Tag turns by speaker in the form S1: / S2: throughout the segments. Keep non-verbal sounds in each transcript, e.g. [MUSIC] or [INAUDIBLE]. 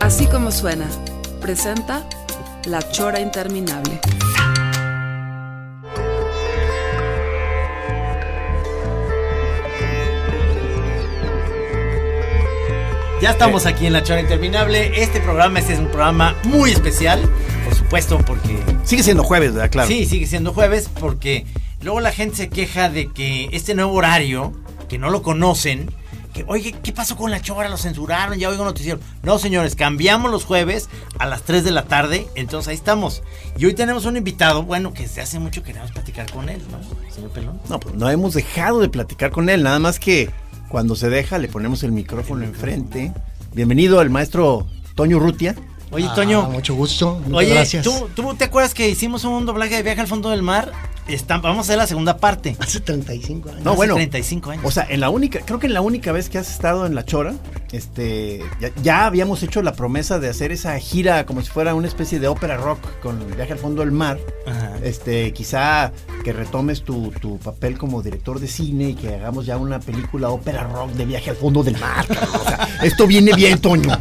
S1: Así como suena, presenta La Chora Interminable.
S2: Ya estamos aquí en La Chora Interminable. Este programa este es un programa muy especial, por supuesto, porque
S3: Sigue siendo jueves, ¿verdad? Claro.
S2: sí, sigue siendo jueves, porque luego la gente se queja de que este nuevo horario, que no lo conocen, que, oye, ¿qué pasó con La Chora? ¿Lo censuraron? Ya oigo noticiero. No, señores, cambiamos los jueves a las 3 de la tarde, entonces ahí estamos. Y hoy tenemos un invitado, bueno, que desde hace mucho queríamos platicar con él, ¿no, señor Pelón?
S3: No, pues no hemos dejado de platicar con él, nada más que cuando se deja le ponemos el micrófono enfrente. Bienvenido el maestro Toño Rutia.
S2: Oye, Toño,
S4: Ah, mucho gusto, muchas
S2: Oye,
S4: gracias.
S2: ¿tú, tú te acuerdas que hicimos un doblaje de viaje al fondo del mar? Estam- vamos a hacer la segunda parte.
S4: Hace 35 años.
S3: No, bueno.
S2: 35 años.
S3: O sea, en la única, creo que en la única vez que has estado en La Chora, este, ya, ya habíamos hecho la promesa de hacer esa gira como si fuera una especie de ópera rock con Viaje al Fondo del Mar.
S2: Ajá.
S3: Este, quizá que retomes tu, tu papel como director de cine y que hagamos ya una película ópera rock de Viaje al Fondo del Mar. cabrón. O sea, esto viene bien, Toño.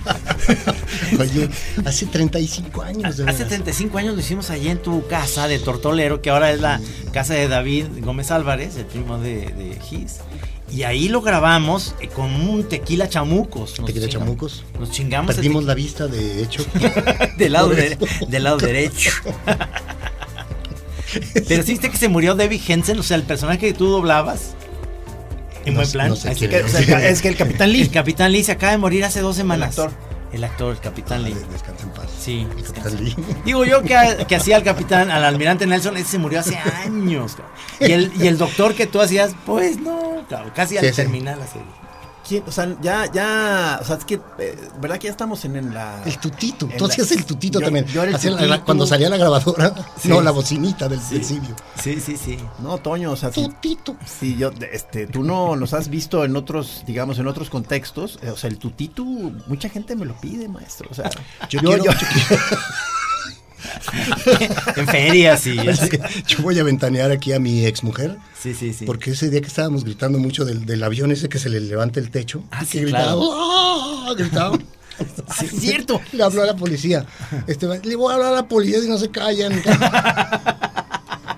S4: [LAUGHS] Oye, hace 35 años. de
S2: Hace
S4: veras.
S2: 35 años lo hicimos allí en tu casa de Tortolero, que ahora es la casa de David Gómez Álvarez, el primo de, de Gis. Y ahí lo grabamos eh, con un tequila chamucos. Nos
S4: Tequila
S2: chingamos-
S4: chamucos.
S2: Nos chingamos el
S4: Perdimos la vista, de hecho.
S2: tequila del lado, de- del lado
S4: [LAUGHS]
S2: derecho. Pero sí viste que se murió Debbie Henson, o sea, el personaje que tú doblabas. En
S4: No
S2: buen
S4: sé-
S2: plan.
S4: no sé
S2: Ahí se
S4: quién
S2: quedó.
S3: O sea, el ca- es que el Capitán Lee.
S2: El Capitán Lee se acaba de morir hace dos semanas.
S3: actor.
S2: El actor, el Capitán Lee.
S4: Descansa en paz.
S2: Sí.
S4: El Capitán Lee.
S2: Digo yo que, que hacía al capitán, al almirante Nelson, ese se murió hace años. cabrón. Y el, y el doctor que tú hacías, pues no, cabrón, casi al
S4: Sí, sí.
S2: terminar la serie.
S3: ¿Quién? O sea, ya, ya, o sea, es que, eh, ¿verdad que ya estamos en, en la...
S4: El tutito.
S3: en la-
S4: Tú hacías el tutito
S3: Yo-
S4: también.
S3: yo era el
S4: Hacían la-
S3: tutito.
S4: cuando salía la grabadora.
S2: Sí.
S4: No, la bocinita del principio.
S2: Sí, sí, sí.
S3: No, Toño, o sea, si,
S4: Tutito.
S3: si yo, este, tú no nos has visto en otros, digamos, en otros contextos, eh, o sea, el tutito, mucha gente me lo pide, maestro, o sea,
S4: Yo, quiero- yo,
S2: En ferias y. [LAUGHS]
S4: yo voy a ventanear aquí a mi exmujer.
S2: Sí, sí, sí.
S4: Porque ese día que estábamos gritando mucho del, del avión ese que se le levanta el techo,
S2: Ah,
S4: que
S2: sí,
S4: gritaba,
S2: claro.
S4: "¡Ah!", gritaba.
S2: Sí, es cierto.
S4: Ah, Le habló a la policía. Este, le voy a hablar a la policía si no se callan.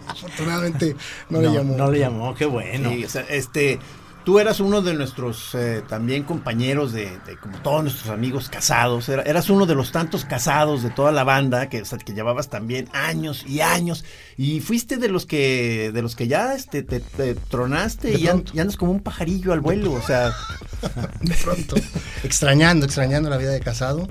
S4: Afortunadamente no, le
S2: No,
S4: llamó.
S2: no le llamó, qué bueno.
S3: sí, o sea, este, tú eras uno de nuestros eh, también compañeros de, de como todos nuestros amigos casados, era- eras uno de los tantos casados de toda la banda, que, o sea, que llevabas también años y años, y fuiste de los que, de los que ya, este, te, te tronaste
S4: De
S3: y an-
S4: pronto.
S3: y andas como un pajarillo al vuelo, o sea...
S4: De pronto. Extrañando, extrañando la vida de casado.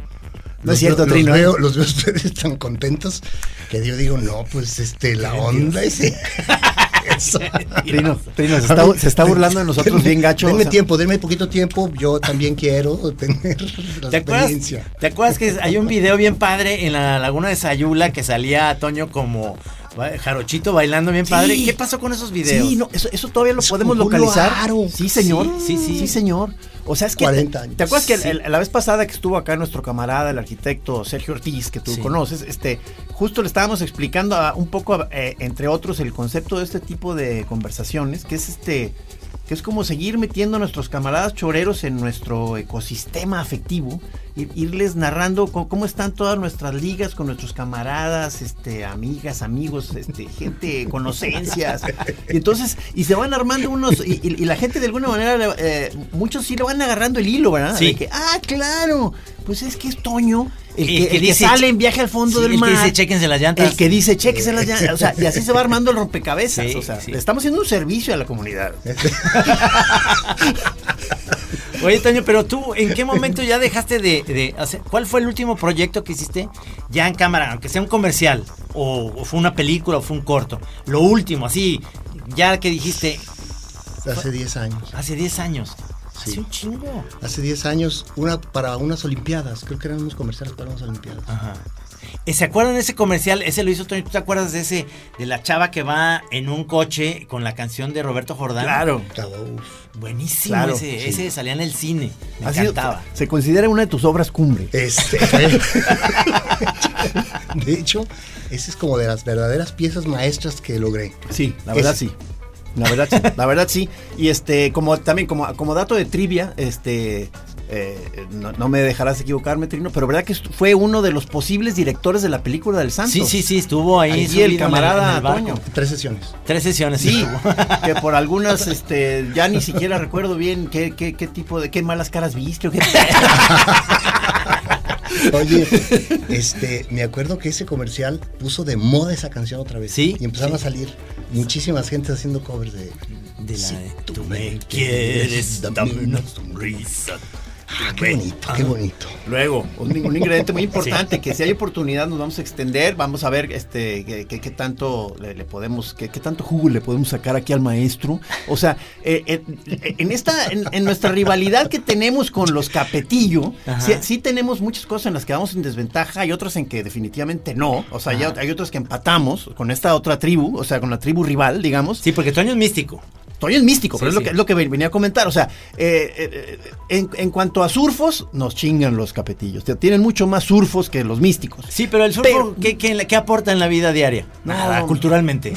S3: No es cierto,
S4: veo-
S3: Trino,
S4: Los
S3: ¿eh?
S4: veo, los veo a ustedes tan contentos que yo digo, no, pues este, la onda es eso.
S3: Trino, Trino, se está, se está burlando de nosotros bien gacho.
S4: Denme
S3: o sea,
S4: tiempo, denme poquito tiempo. Yo también quiero tener la
S2: ¿Te acuerdas,
S4: experiencia. [LAUGHS]
S2: ¿Te acuerdas que hay un video bien padre en la laguna de Sayula que salía Toño como ba- jarochito bailando bien padre? ¿Qué pasó con esos videos?
S3: Sí, no, eso, eso todavía lo
S4: Es
S3: podemos
S4: como
S3: localizar.
S4: claro.
S3: Sí, señor.
S2: Sí, sí, sí.
S3: señor. O sea, es que.
S4: 40 años.
S3: ¿Te acuerdas que el-
S4: Sí.
S3: el- la vez pasada que estuvo acá nuestro camarada, el arquitecto Sergio Ortiz, que tú
S2: Sí.
S3: conoces, este, justo le estábamos explicando a- un poco, eh, entre otros, el concepto de este tipo de conversaciones, que es este. Que es como seguir metiendo a nuestros camaradas choreros en nuestro ecosistema afectivo, ir- irles narrando co- cómo están todas nuestras ligas con nuestros camaradas, este, amigas, amigos, este,
S2: [LAUGHS]
S3: gente, conocencias. Y entonces, y se van armando unos, y, y- y la gente de alguna manera, le- eh, muchos sí le van agarrando el hilo, ¿verdad?
S2: Sí.
S3: De que, ah, claro, pues es que es Toño,
S2: El
S3: el que,
S2: que
S3: el que
S2: dice,
S3: sale en viaje al fondo
S2: Sí,
S3: del
S2: el
S3: mar.
S2: que dice, "Chéquense las llantas".
S3: El que dice, chequense las llantas. O sea, y así se va armando el rompecabezas.
S2: Sí,
S3: o sea,
S2: sí.
S3: le estamos haciendo un servicio a la comunidad.
S2: Oye, Toño, pero tú, ¿en qué momento ya dejaste de, de hacer? ¿Cuál fue el último proyecto que hiciste ya en cámara? Aunque sea un comercial, o, o fue una película, o fue un corto. Lo último, así, ya que dijiste
S4: Hace 10 años.
S2: hace 10 años. Hace un chingo.
S4: Hace 10 años, una para unas Olimpiadas. Creo que eran unos comerciales para unas Olimpiadas.
S2: Ajá. Eh, ¿Se acuerdan de ese comercial? Ese lo hizo Toño. ¿Tú te acuerdas de ese? De la chava que va en un coche con la canción de Roberto Jordán.
S3: Claro.
S4: Estaba, uf.
S2: Buenísimo
S3: Claro,
S2: ese.
S3: sí.
S2: Ese salía en el cine. Me
S3: Ha sido-
S2: encantaba.
S3: se considera una de tus obras cumbre.
S4: Este [LAUGHS] fue- De hecho, ese es como de las verdaderas piezas maestras que logré.
S3: Sí, la verdad
S4: Ese.
S3: sí. La verdad sí, la verdad sí. Y este, como también, como, como dato de trivia, este, eh, no, no me dejarás equivocarme, Trino, pero verdad que estu- fue uno de los posibles directores de la película del Santos.
S2: Sí, sí, sí, estuvo ahí.
S3: Ahí sí,
S2: subido en
S3: el camarada
S2: en el barco.
S3: Toño.
S4: Ah, Tres sesiones.
S2: Tres sesiones [LAUGHS]
S3: Sí,
S2: estuvo.
S3: que por algunas, este, ya ni siquiera recuerdo bien qué, qué, qué tipo de, qué malas caras viste o qué.
S4: Oye, este, me acuerdo que ese comercial puso de moda esa canción otra vez.
S2: Sí,
S4: Y empezaron
S2: sí.
S4: a salir muchísimas gentes haciendo covers de.
S2: De la
S4: Si
S2: de, tú me quieres, [LAUGHS] dame una sonrisa.
S4: Ah, qué bonito, qué bonito.
S3: Luego, un, un ingrediente muy importante, que si hay oportunidad nos vamos a extender, vamos a ver este qué, qué- qué tanto le, le podemos, qué, qué tanto jugo le podemos sacar aquí al maestro. O sea, eh, eh, en esta, en, en nuestra rivalidad que tenemos con los capetillo,
S2: Ajá.
S3: sí, sí tenemos muchas cosas en las que vamos en desventaja y otras en que definitivamente no. O sea, ya hay otras que empatamos con esta otra tribu, o sea, con la tribu rival, digamos.
S2: Sí, porque Toño es místico.
S3: Toño es místico,
S2: Sí,
S3: pero es, lo
S2: sí.
S3: que, es lo que ven- venía a comentar. O sea, eh, eh, eh, en, en cuanto a surfos, nos chingan los capetillos. O sea, Tienen mucho más surfos que los místicos.
S2: Sí, pero el surf, ¿qué, qué, qué aporta en la vida diaria? Nada,
S3: no.
S2: culturalmente.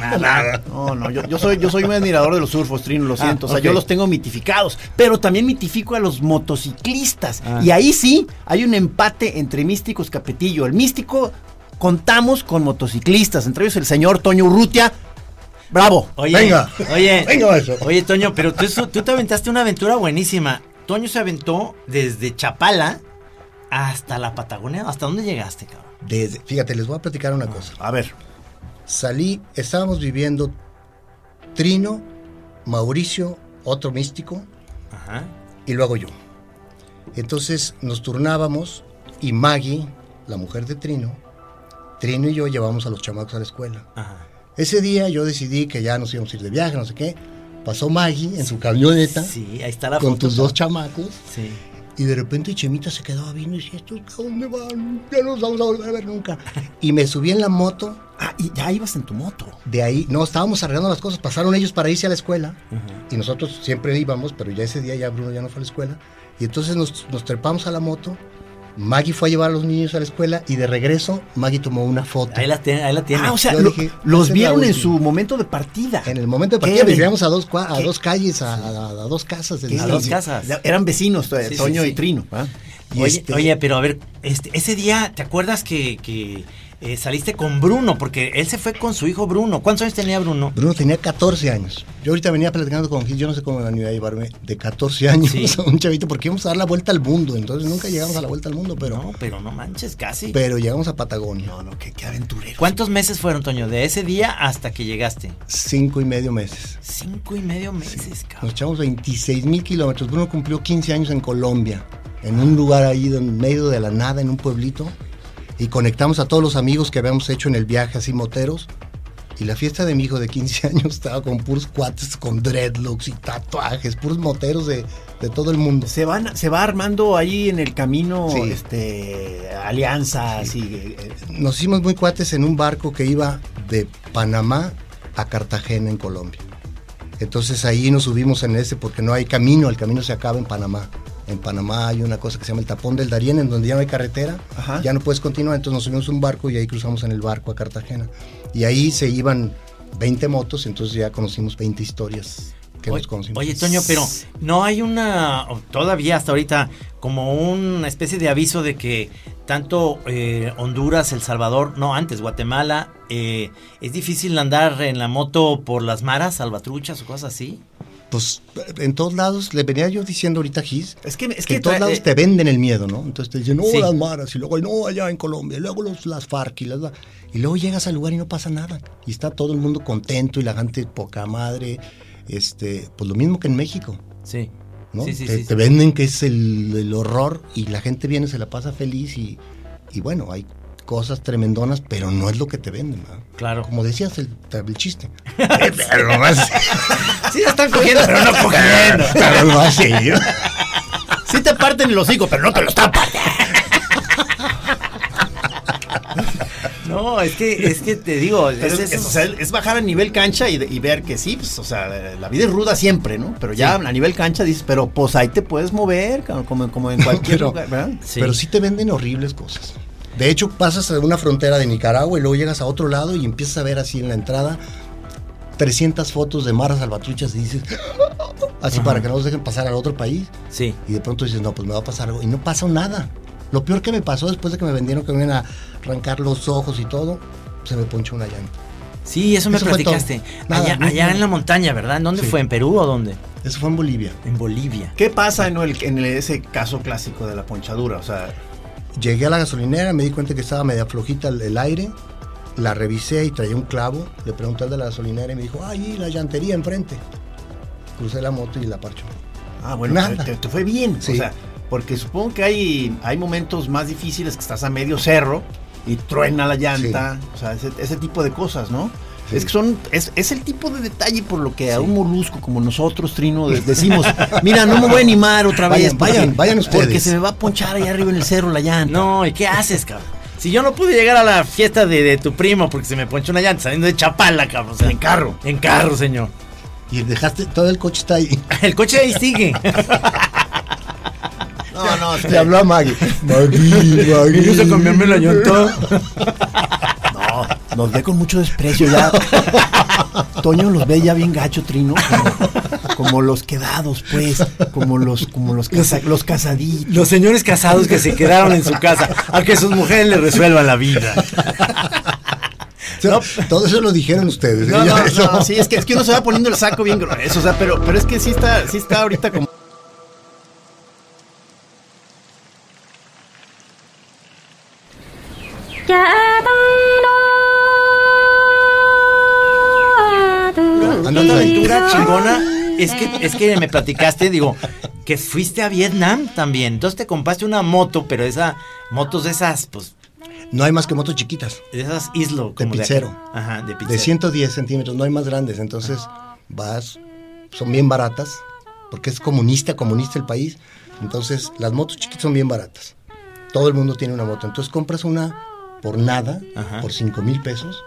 S2: Nada.
S3: No, no, yo, yo soy, yo soy un admirador de los surfos, Trino, lo siento. O sea,
S2: Ah, ok.
S3: yo los tengo mitificados. Pero también mitifico a los motociclistas.
S2: Ah.
S3: Y ahí sí hay un empate entre místicos capetillo. El místico contamos con motociclistas, entre ellos el señor Toño Urrutia. Bravo.
S2: Oye,
S4: Venga.
S2: Oye,
S4: Venga, maestro.
S2: oye, Toño, pero tú, eso- tú te aventaste una aventura buenísima. Toño se aventó desde Chapala hasta la Patagonia. ¿Hasta dónde llegaste, cabrón?
S4: Desde- fíjate, les voy a platicar una cosa.
S3: A ver,
S4: Salí, estábamos viviendo Trino, Mauricio, otro místico,
S2: Ajá.
S4: y luego yo. Entonces nos turnábamos y Maggie, la mujer de Trino, Trino y yo llevamos a los chamacos a la escuela.
S2: Ajá.
S4: Ese día yo decidí que ya nos íbamos a ir de viaje, no sé qué. Pasó Maggie en su camioneta
S2: Sí, ahí está la
S4: con
S2: foto.
S4: tus dos chamacos
S2: Sí.
S4: y de repente Chemita se quedaba viendo y decía, ¿estos a dónde van? Ya no nos vamos a volver a ver nunca. Y me subí en la moto,
S3: ah, y ya ibas en tu moto.
S4: de ahí, no, estábamos arreglando las cosas, pasaron ellos para irse a la escuela y nosotros siempre íbamos, pero ya ese día ya Bruno ya no fue a la escuela. Y entonces nos, nos trepamos a la moto, Maggie fue a llevar a los niños a la escuela y de regreso Maggie tomó una foto.
S2: Ahí la, tiene- ahí la tiene.
S3: Ah, o sea,
S4: Yo
S3: lo-
S4: dije, esa es
S3: los
S4: la
S3: vieron en su
S4: última.
S3: momento de partida.
S4: En el momento de
S3: Qué
S4: partida
S3: ven-
S4: vivíamos a dos, cua- a
S3: qué-
S4: dos calles, a, a- a dos casas. del
S3: qué
S2: a
S4: mismo.
S2: dos casas.
S3: Ya Eran vecinos, eh,
S2: Sí, sí,
S3: Toño
S2: sí.
S3: y Trino. ¿ah?
S4: Y
S2: oye,
S4: este-
S2: oye, pero a ver, este, ese día, ¿te acuerdas que, que, eh, saliste con Bruno? Porque él se fue con su hijo Bruno. ¿Cuántos años tenía Bruno?
S4: Bruno tenía 14 años. Yo ahorita venía platicando con Gil, yo no sé cómo me van a ir a llevarme de 14 años
S2: Sí.
S4: [LAUGHS] a un chavito, porque íbamos a dar la vuelta al mundo. Entonces nunca llegamos a la vuelta al mundo, pero,
S2: no, pero no manches, casi.
S4: pero llegamos a Patagonia.
S3: No, no, qué, qué aventurero.
S2: ¿Cuántos meses fueron, Toño? De ese día hasta que llegaste.
S4: Cinco y medio meses.
S2: Cinco y medio meses,
S4: Nos
S2: cabrón.
S4: echamos 26 mil kilómetros. Bruno cumplió 15 años en Colombia, en un lugar ahí de- en medio de la nada, en un pueblito. Y conectamos a todos los amigos que habíamos hecho en el viaje, así moteros. Y la fiesta de mi hijo de 15 [LAUGHS] años estaba con puros cuates, con dreadlocks y tatuajes, puros moteros de, de todo el mundo.
S3: Se, van, se va armando ahí en el camino
S4: Sí.
S3: este, alianzas y... eh, eh,
S4: Nos hicimos muy cuates en un barco que iba de Panamá a Cartagena, en Colombia. Entonces ahí nos subimos en ese porque no hay camino, el camino se acaba en Panamá. En Panamá hay una cosa que se llama el tapón del Darién, en donde ya no hay carretera,
S3: Ajá.
S4: ya no puedes continuar, entonces nos subimos a un barco y ahí cruzamos en el barco a Cartagena. Y ahí se iban 20 motos, entonces ya conocimos 20 historias que
S2: Oye,
S4: nos conocimos.
S2: oye, Toño, pero no hay una, o todavía hasta ahorita, como una especie de aviso de que tanto eh, Honduras, El Salvador, no, antes Guatemala, eh, es difícil andar en la moto por las maras, salvatruchas o cosas así.
S4: Pues en todos lados, le venía yo diciendo ahorita a Gis,
S3: Es que, es
S4: que
S3: que
S4: en todos
S3: tra-
S4: lados
S3: eh,
S4: te venden el miedo, ¿no? Entonces te dicen, no,
S2: Sí.
S4: las maras, y luego, no, allá en Colombia, y luego los, las FARC, y, las, la-". y luego llegas al lugar y no pasa nada. Y está todo el mundo contento y la gente poca madre. Este, pues lo mismo que en México,
S2: Sí.
S4: ¿no?
S2: Sí, sí,
S4: te,
S2: sí,
S4: te
S2: sí.
S4: venden que es el, el horror y la gente viene, se la pasa feliz y, y bueno, hay cosas tremendonas, pero no es lo que te venden. ¿verdad?
S2: Claro.
S4: Como decías, el,
S2: [LAUGHS]
S4: el chiste. pero no así.
S3: Sí, la están cogiendo, pero no cogiendo.
S4: pero no así.
S3: [LAUGHS] Sí te parten los hijos, pero no te los tapan.
S2: No, es que, es que te digo, es,
S3: Es,
S2: es-
S3: es- o sea, es bajar a nivel cancha y, y ver que sí, pues, o sea, la vida es ruda siempre, ¿no? Pero ya a nivel cancha dices, pero pues ahí te puedes mover, cabrón, como, como en cualquier
S4: Pero-
S3: lugar, ¿verdad?
S2: Sí.
S4: Pero sí te venden horribles cosas. De hecho, pasas a una frontera de Nicaragua y luego llegas a otro lado y empiezas a ver así en la entrada 300 fotos de maras salvatruchas y dices, [LAUGHS] así para que no nos dejen pasar al otro país.
S2: sí.
S4: Y de pronto dices, no, pues me va a pasar algo. Y no pasó nada. Lo peor que me pasó después de que me vendieron que me iban a arrancar los ojos y todo, se me ponchó una llanta.
S2: Sí, eso me
S4: Eso fue
S2: platicaste.
S4: todo. Nada,
S2: Allá,
S4: no,
S2: allá
S4: no.
S2: en la montaña, ¿verdad? ¿En ¿Dónde
S4: Sí.
S2: fue? ¿En Perú o dónde?
S4: Eso fue en Bolivia.
S2: En Bolivia.
S3: ¿Qué pasa en, el, en ese caso clásico de la ponchadura? O sea,
S4: Llegué a la gasolinera, me di cuenta que estaba media flojita el, el aire, la revisé y traía un clavo. Le pregunté al de la gasolinera y me dijo, ay, la llantería enfrente. Crucé la moto y la parcho.
S3: ah, bueno,
S4: Nada.
S3: Te, te fue bien. O
S4: Sí.
S3: sea, porque supongo que hay, hay momentos más difíciles que estás a medio cerro y truena la llanta, o sea, ese, ese tipo de cosas, ¿no?
S4: Sí.
S3: Es que son, es, es el tipo de detalle por lo que a un molusco como nosotros, Trino, de- decimos, [LAUGHS] mira, no me voy a animar otra vez.
S4: Vayan, vayan, vayan ustedes.
S3: Porque se me va a ponchar allá arriba en el cerro la llanta.
S2: No, ¿y qué haces, cabrón? Si yo no pude llegar a la fiesta de, de tu primo porque se me ponchó una llanta saliendo de Chapala, cabrón. o sea,
S3: En carro.
S2: [LAUGHS] En carro, señor.
S4: Y dejaste, todo el coche está ahí.
S2: El coche ahí sigue.
S3: no, no,
S4: Le habló a Maggie. Maggie, Maggie.
S2: Yo cambiarme la
S4: [LAUGHS]
S2: llanta.
S3: No, nos ve con mucho desprecio ya. Toño los ve ya bien gacho, Trino, como, como los quedados, pues, como los, como [LAUGHS] los, casa- los casaditos.
S2: Los señores casados que se quedaron en su casa a que sus mujeres les resuelvan la vida.
S4: O sea, Todo eso lo dijeron ustedes. ¿eh?
S3: No,
S4: Ya
S3: no,
S4: eso-
S3: no, sí, es que, es que uno se va poniendo el saco bien grueso, o sea, pero, pero es que sí está, sí está ahorita como...
S2: Una aventura chingona. Es que, es que me platicaste, digo, que fuiste a Vietnam también. Entonces te compraste una moto, pero esa, motos de esas, pues,
S4: No hay más que motos chiquitas,
S2: de esas islo.
S4: De pizzero.
S2: ajá, de pizzero.
S4: de 110 centímetros, no hay más grandes. Entonces
S3: Ah.
S4: vas, son bien baratas, porque es comunista, comunista el país. Entonces las motos chiquitas son bien baratas. Todo el mundo tiene una moto. Entonces compras una por nada,
S2: Ajá.
S4: por 5 mil pesos.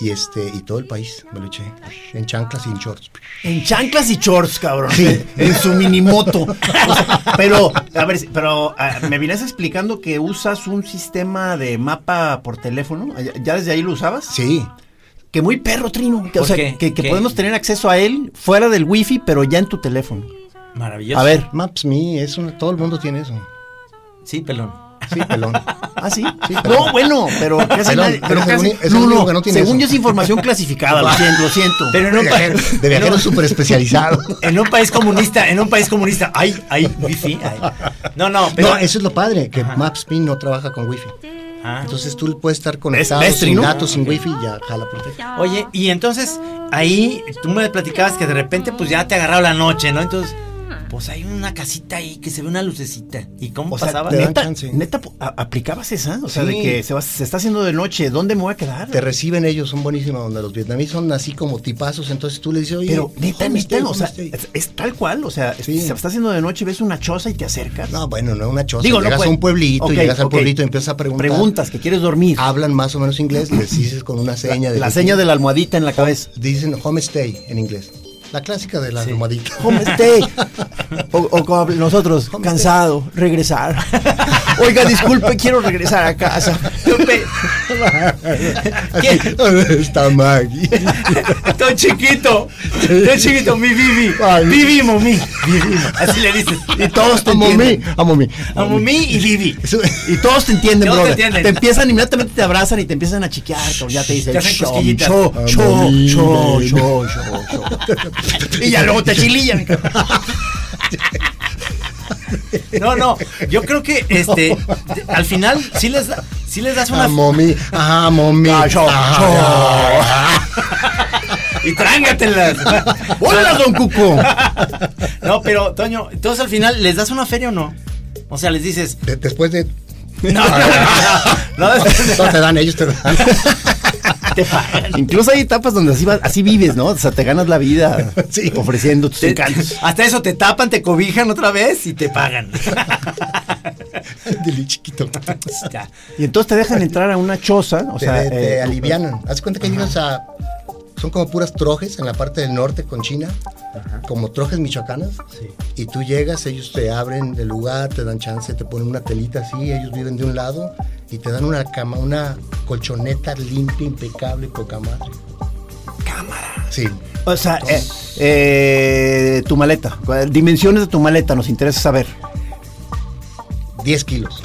S4: Y, este, y todo el país me lo eché en chanclas y en shorts.
S3: En chanclas y shorts, cabrón.
S4: Sí.
S3: En su minimoto. O sea, pero, a ver, pero ah, me vienes explicando que usas un sistema de mapa por teléfono. ¿Ya- ¿Ya desde ahí lo usabas?
S4: Sí,
S3: Que muy perro, Trino. Que, o
S2: ¿Por
S3: sea,
S2: qué?
S3: que, que
S2: ¿Qué?
S3: podemos tener acceso a él fuera del wifi, pero ya en tu teléfono.
S2: Maravilloso.
S3: A ver.
S4: Maps Me, es una- todo el mundo tiene eso.
S2: Sí, pelón.
S4: Sí, pelón.
S3: [LAUGHS] Ah, sí.
S4: Sí,
S3: no,
S4: pero-
S3: bueno, pero casi
S4: Pero-
S3: nadie- pero
S4: pero es el
S3: casi-
S4: uni- es el único que no tiene
S3: según
S4: eso.
S3: yo es información clasificada, lo siento, lo siento.
S2: Pero en
S4: De
S2: un, pa-
S4: viajero, de
S3: [LAUGHS]
S4: viajero súper especializado.
S2: en un país comunista, en un país comunista, hay, hay wifi. Hay. No, no, pero.
S4: No, eso es lo padre, que
S2: Ajá.
S4: MapsMe no trabaja con wifi.
S2: Ah.
S4: Entonces tú puedes estar conectado
S3: ves,
S4: sin
S3: Trino?
S4: datos, sin wifi y ya jala perfecto.
S2: Oye, y entonces ahí tú me platicabas que de repente pues ya te agarraba la noche, ¿no? Entonces, pues hay una casita ahí que se ve una lucecita. ¿Y cómo
S3: o sea,
S2: pasaba?
S4: te dan
S3: neta,
S4: chance.
S3: neta, a- aplicabas esa, o sea,
S4: Sí.
S3: de que se, va- se está haciendo de noche, ¿dónde me voy a quedar?
S4: Te reciben ellos, son buenísimos donde los vietnamíes son así como tipazos, entonces tú le dices, oye,
S3: pero neta,
S4: homestay,
S3: neta, o sea,
S4: homestay.
S3: es, es tal cual, o sea,
S4: Sí.
S3: se está haciendo de noche, ves una choza y te acercas.
S4: No, bueno, no es una choza.
S3: Digo, no
S4: llegas
S3: puede-
S4: a un pueblito,
S3: Ok,
S4: y llegas al
S3: ok.
S4: pueblito y empiezas a preguntar.
S3: Preguntas que quieres dormir.
S4: Hablan más o menos inglés, les dices con una seña.
S3: la
S4: que-
S3: seña de la almohadita en la cabeza.
S4: Dicen homestay en inglés. La clásica de la almohadita. Este.
S3: [LAUGHS] Homestay. O, o como habl- nosotros,
S4: Homestay.
S3: cansado, regresar. [LAUGHS] Oiga, disculpe, quiero regresar a casa.
S4: [LAUGHS] Así, ¿Dónde [LAUGHS] está
S3: [LAUGHS]
S4: Maggie?
S2: Estoy chiquito, estoy chiquito, mi Vivi.
S4: Ay, no.
S2: Vivi, momí. Vivi, así le dices.
S4: Y todos
S3: te
S4: amo mí,
S3: entienden.
S4: amo mí.
S2: A momí y Vivi.
S4: Eso-
S3: Y [LAUGHS] todos te entienden,
S2: Todos te
S3: brother. Te,
S2: entienden.
S3: empiezan, inmediatamente te abrazan y te empiezan a chiquear. cabrón. Ya te dicen,
S2: Te hacen
S3: "Shom,
S2: cosquillitas".
S3: cho,
S4: Ah,
S3: cho,
S4: mami,
S3: cho,
S4: ven. [LAUGHS]
S3: cho, cho, cho. Y ya luego te chilillan. cabrón.
S2: No, no, yo creo que este, al final sí les, da- sí les das una...
S4: Amo mí, amo mí.
S3: Ah, yo,
S4: Ah,
S2: Y trángatelas.
S3: ¡Hola, don Cuco!
S2: No, pero Toño, entonces al final les das una feria o no? O sea, les dices,
S4: de- Después de
S2: No, no, no,
S3: Ah.
S2: no, no,
S4: No te dan, ellos te dan.
S2: te pagan.
S3: Incluso hay etapas donde así, va- así vives, ¿no? O sea, te ganas la vida
S4: Sí.
S3: ofreciendo tus
S2: Te-
S3: [LAUGHS] encantos.
S2: hasta eso te tapan, te cobijan otra vez y te pagan.
S4: Dile chiquito.
S2: [LAUGHS] Ya.
S3: Y entonces te dejan entrar a una choza, o
S4: te,
S3: sea,
S4: te- te
S3: eh,
S4: alivianan. Haz cuenta que llegas a. Son como puras trojes en la parte del norte con China, como trojes michoacanas. Y tú llegas, ellos te abren el lugar, te dan chance, te ponen una telita así, ellos viven de un lado y te dan una cama, una colchoneta limpia, impecable, poca madre. Cámara. Sí.
S3: O sea, eh, eh, tu maleta, ¿cuál- dimensiones de tu maleta, nos interesa saber.
S4: 10 kilos.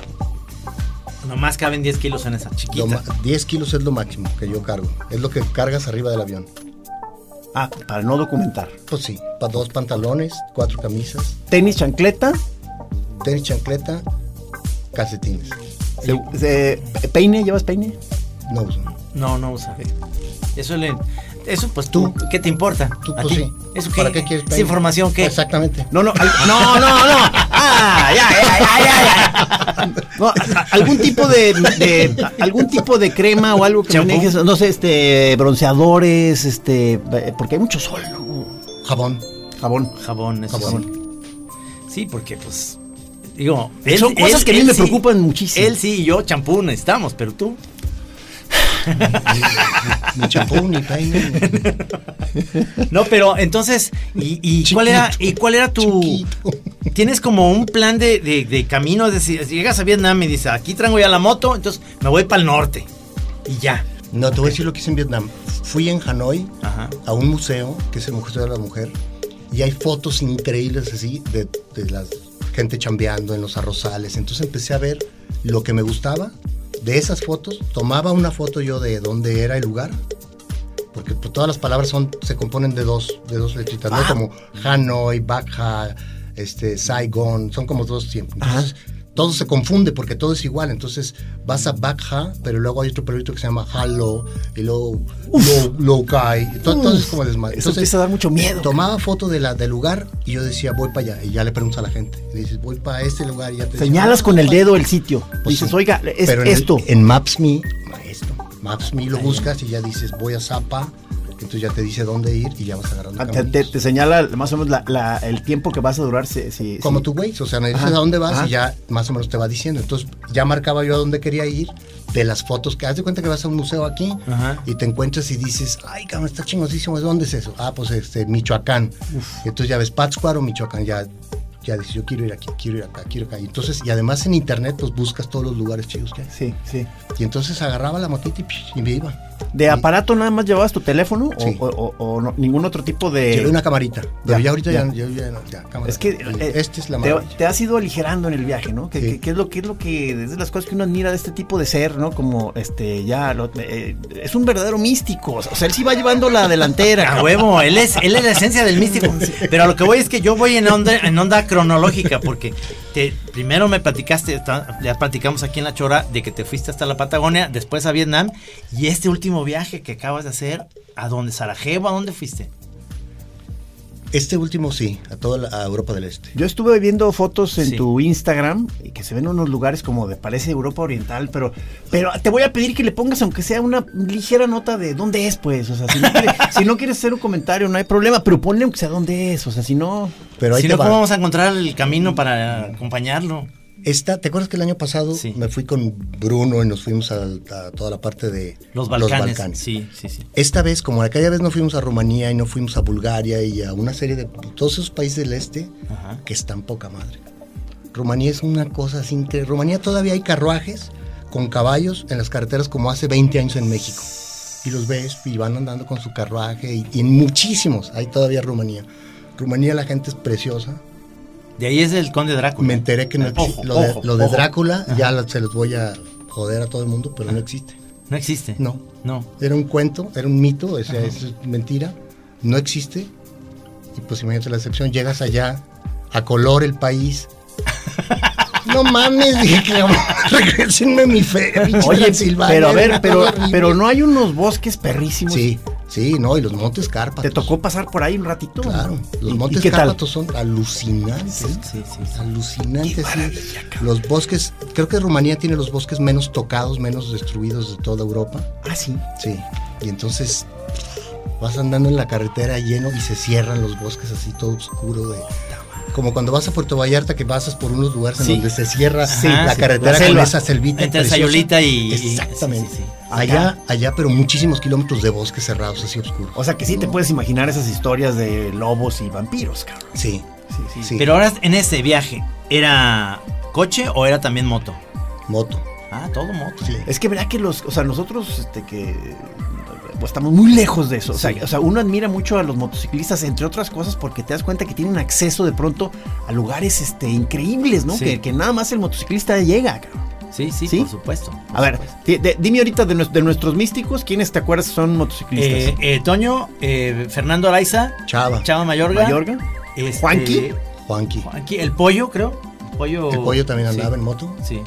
S2: Nomás caben 10 kilos en esa
S4: Lo
S2: chiquita.
S4: ma- 10 kilos es lo máximo que yo cargo. Es lo que cargas arriba del avión.
S3: Ah, para no documentar.
S4: Pues sí, para dos pantalones, cuatro camisas,
S3: Tenis, chancleta,
S4: tenis, chancleta, calcetines.
S3: eh, peine, ¿llevas peine?
S4: No pues, uso.
S2: No, no usa. Eso le. Eso, pues tú, ¿qué te importa?
S4: Tú,
S2: ¿A
S4: pues,
S2: ti?
S4: sí.
S2: ¿Eso qué?
S4: ¿Para qué quieres
S2: ¿Esa
S4: peine?
S2: información qué?
S4: Exactamente.
S3: No, no, al- no, no, no. Ah, ya, ya, ya, ya, ya. No, a- a- algún tipo de, de- a- algún tipo de crema o algo que
S2: Champú.
S3: manejes, no sé, este, bronceadores, este, eh, porque hay mucho sol, ¿no?
S2: [LAUGHS]
S4: Jabón.
S3: jabón.
S2: Jabón, eso
S4: Jabón.
S2: sí. Sí, porque pues. Digo,
S3: Son cosas que a mí me preocupan muchísimo.
S2: Él sí y yo, champú, necesitamos, pero tú.
S4: Ni champú, ni peine. ni-
S2: No, pero entonces, ¿y, y cuál era, y cuál era tu.
S4: Chiquito.
S2: Tienes como un plan de, de- de camino, es decir, si llegas a Vietnam y dices, aquí traigo ya la moto, entonces me voy para el norte. Y ya.
S4: No, te voy a decir lo que hice en Vietnam. Fui en Hanoi
S2: Ajá.
S4: a un museo que es el Museo de la Mujer y hay fotos increíbles así de, de la gente chambeando en los arrozales. Entonces empecé a ver lo que me gustaba de esas fotos. Tomaba una foto yo de dónde era el lugar. Porque pues, todas las palabras son, se componen de dos, de dos letritas,
S3: Ah.
S4: ¿no? Como Hanoi, Bakha, este, Saigon, son como dos tiempos. Entonces, todo se confunde porque todo es igual. Entonces, vas a Bakha, pero luego hay otro proyecto que se llama Halo, y luego Low, Kai. Entonces, entonces, como desmadre.
S3: Eso
S4: Entonces,
S3: empieza a dar mucho miedo.
S4: Tomaba foto de la, del lugar y yo decía, voy para allá. Y ya le preguntas a la gente. Y dices, voy para este lugar. Y ya te dicen,
S3: Señalas
S4: "Ah,
S3: con el
S4: voy pa'
S3: dedo el sitio.
S4: pues
S3: Dices,
S4: sí.
S3: oiga, es
S4: Pero en el-
S3: esto.
S4: en Maps.me, maestro, Maps.me lo buscas y ya dices, voy a Zapa, entonces ya te dice dónde ir y ya vas agarrando
S3: Ah, te,
S4: caminos.
S3: te- te señala más o menos la- la- el tiempo que vas a durar si, si-
S4: Como
S3: si-
S4: tu Waze, o sea, me dices
S3: Ajá,
S4: a dónde vas
S3: ajá.
S4: y ya más o menos te va diciendo. Entonces ya marcaba yo a dónde quería ir de las fotos que haz de cuenta que vas a un museo aquí
S2: Ajá.
S4: y te encuentras y dices, ay, cabrón, está chingosísimo, ¿dónde es eso? Ah, pues este, Michoacán. Y entonces ya ves Pátzcuaro, Michoacán, ya, ya dices, yo quiero ir aquí, quiero ir acá, quiero ir acá. Y entonces, y además en internet, pues buscas todos los lugares chidos que hay.
S3: Sí, sí.
S4: Y entonces agarraba la motita y, psh, y me iba.
S3: ¿De aparato nada más llevabas tu teléfono o-
S4: Sí.
S3: o, o- o no- ningún otro tipo de...?
S4: Llevé una camarita. Pero
S3: ya,
S4: ya ahorita
S3: ya.
S4: ya, yo ya no, ya, cámara.
S3: Es que eh,
S4: Esta es la
S3: te,
S4: maravilla.
S3: te has ido aligerando en el viaje, ¿no? Que,
S4: Sí.
S3: que- que es lo que es lo que es de las cosas que uno admira de este tipo de ser, ¿no? Como este ya lo- eh, es un verdadero místico, o sea, él sí va llevando la
S4: [LAUGHS]
S3: delantera.
S2: A
S4: Ah,
S3: cabrón.
S2: huevo, él es, él es la esencia del místico. Pero a lo que voy es que yo voy en onda, en onda cronológica, porque te, primero me platicaste, ta- ya platicamos aquí en La Chora, de que te fuiste hasta la Patagonia, después a Vietnam, y este último viaje que acabas de hacer, ¿a dónde? ¿Sarajevo? ¿A dónde fuiste?
S4: Este último sí, a toda la, a Europa del Este.
S3: Yo estuve viendo fotos en
S2: Sí.
S3: tu Instagram y que se ven unos lugares como de parece Europa Oriental, pero pero te voy a pedir que le pongas aunque sea una ligera nota de dónde es, pues, o sea, si no
S4: [LAUGHS]
S3: quieres, si no quieres hacer un comentario no hay problema, pero ponle aunque sea dónde es, o sea, si no
S4: Pero ahí
S2: si
S4: te
S2: no,
S4: va.
S2: ¿cómo vamos a encontrar el camino para acompañarlo?
S4: Esta, ¿Te acuerdas que el año pasado
S2: Sí.
S4: me fui con Bruno y nos fuimos a, a toda la parte de
S2: Los Balcanes. Sí, sí, sí.
S4: Esta vez, como aquella vez no fuimos a Rumanía y no fuimos a Bulgaria y a una serie de todos esos países del este
S2: Ajá.
S4: que están poca madre. Rumanía es una cosa sin que Rumanía todavía hay carruajes con caballos en las carreteras como hace 20 años en México. Y los ves y van andando con su carruaje y, y muchísimos hay todavía Rumanía. Rumanía la gente es preciosa.
S2: De ahí es el Conde Drácula.
S4: Me enteré que no existe.
S2: Ojo,
S4: lo de,
S2: ojo,
S4: lo de
S2: ojo.
S4: Drácula ya la- se los voy a joder a todo el mundo, pero no existe.
S2: No existe.
S4: No.
S2: No.
S4: Era un cuento, era un mito, o sea, es mentira. No existe. Y pues imagínate la excepción, llegas allá, a color el país.
S3: [LAUGHS]
S4: No mames, dije que [LAUGHS] regresenme mi feria, pinche
S3: Oye,
S4: Transilvania,
S3: pero a
S4: era
S3: ver,
S4: [LAUGHS] todo
S3: pero,
S4: horrible.
S3: pero no hay unos bosques perrísimos.
S4: Sí. Sí, no, y los Montes Cárpatos.
S3: ¿Te tocó pasar por ahí un ratito?
S4: Claro,
S3: ¿Y-
S4: los
S3: y
S4: Montes
S3: qué tal?
S4: Cárpatos son alucinantes.
S3: Sí, sí, sí, sí.
S4: Alucinantes, sí. Los bosques, creo que Rumanía tiene los bosques menos tocados, menos destruidos de toda Europa.
S3: Ah, sí.
S4: Sí, y entonces vas andando en la carretera lleno y se cierran los bosques así todo oscuro de como cuando vas a Puerto Vallarta que pasas por unos lugares en
S3: Sí.
S4: donde se cierra
S2: Sí,
S4: la
S2: sí,
S4: carretera
S2: la
S4: con
S2: selva.
S4: esa selvita
S2: Entre
S4: preciosa.
S2: Sayulita y-
S4: exactamente
S2: sí, sí, sí.
S4: allá allá pero muchísimos kilómetros de bosques cerrados así oscuros
S3: O sea que sí te puedes imaginar esas historias de lobos y vampiros, cabrón.
S4: sí
S3: Sí, sí.
S4: sí
S2: Pero ahora en ese viaje, ¿era coche o era también moto?
S4: moto
S2: Ah, todo moto.
S4: sí
S3: Es que verá que los, o sea, nosotros este, que pues, estamos muy lejos de eso. O sea, o sea, uno admira mucho a los motociclistas, entre otras cosas, porque te das cuenta que tienen acceso de pronto a lugares este, increíbles, ¿no?
S2: Sí.
S3: Que, que nada más el motociclista llega, cabrón.
S2: Sí, sí,
S3: ¿Sí?
S2: por supuesto. por
S3: A ver,
S2: supuesto.
S3: di- de- dime ahorita de, nues- de nuestros místicos, ¿quiénes te acuerdas que son motociclistas?
S2: Eh, eh, Toño, eh, Fernando Araiza,
S4: Chava
S2: Chava Mayorga,
S3: ¿Mayorga?
S2: este,
S3: Juanqui.
S4: Juanqui
S2: Juanqui, el pollo, creo. El pollo,
S4: el pollo también andaba
S2: Oh. sí,
S4: en moto
S2: Sí.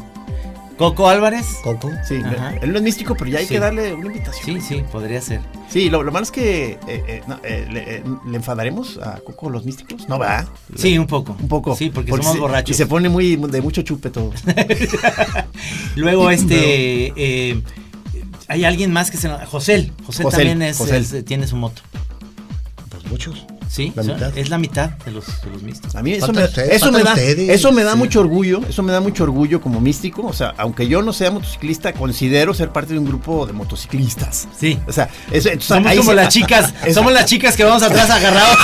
S2: Coco Álvarez.
S4: Coco
S3: Sí,
S2: Ajá.
S3: él no es místico, pero ya hay
S2: Sí.
S3: que darle una invitación.
S2: Sí, sí, podría ser.
S3: Sí, lo, lo malo es que eh, eh, no, eh, le, eh, ¿le enfadaremos a Coco los místicos. No va.
S2: Sí, un poco.
S3: Un poco.
S2: Sí, porque, somos
S3: se-
S2: borrachos.
S3: Y se pone muy de mucho chupe todo.
S2: Luego, este. eh, hay alguien más que se. nos- José. José
S3: José,
S2: también es,
S3: José.
S2: es- tiene su moto.
S4: pues
S2: [LAUGHS]
S4: muchos
S2: Sí,
S4: La
S2: son-
S4: mitad.
S2: es la mitad de los, de los mixtos.
S3: A mí eso
S4: Falta
S3: me,
S4: usted-
S3: eso
S4: faltan
S3: me da,
S4: ustedes.
S3: eso me da
S4: Sí.
S3: mucho orgullo, eso me da mucho orgullo como místico. O sea, aunque yo no sea motociclista, considero ser parte de un grupo de motociclistas.
S2: Sí.
S3: O sea, eso, entonces,
S2: Somos
S3: ahí
S2: como
S3: se-
S2: las
S3: [LAUGHS]
S2: chicas, somos las chicas que vamos atrás agarrados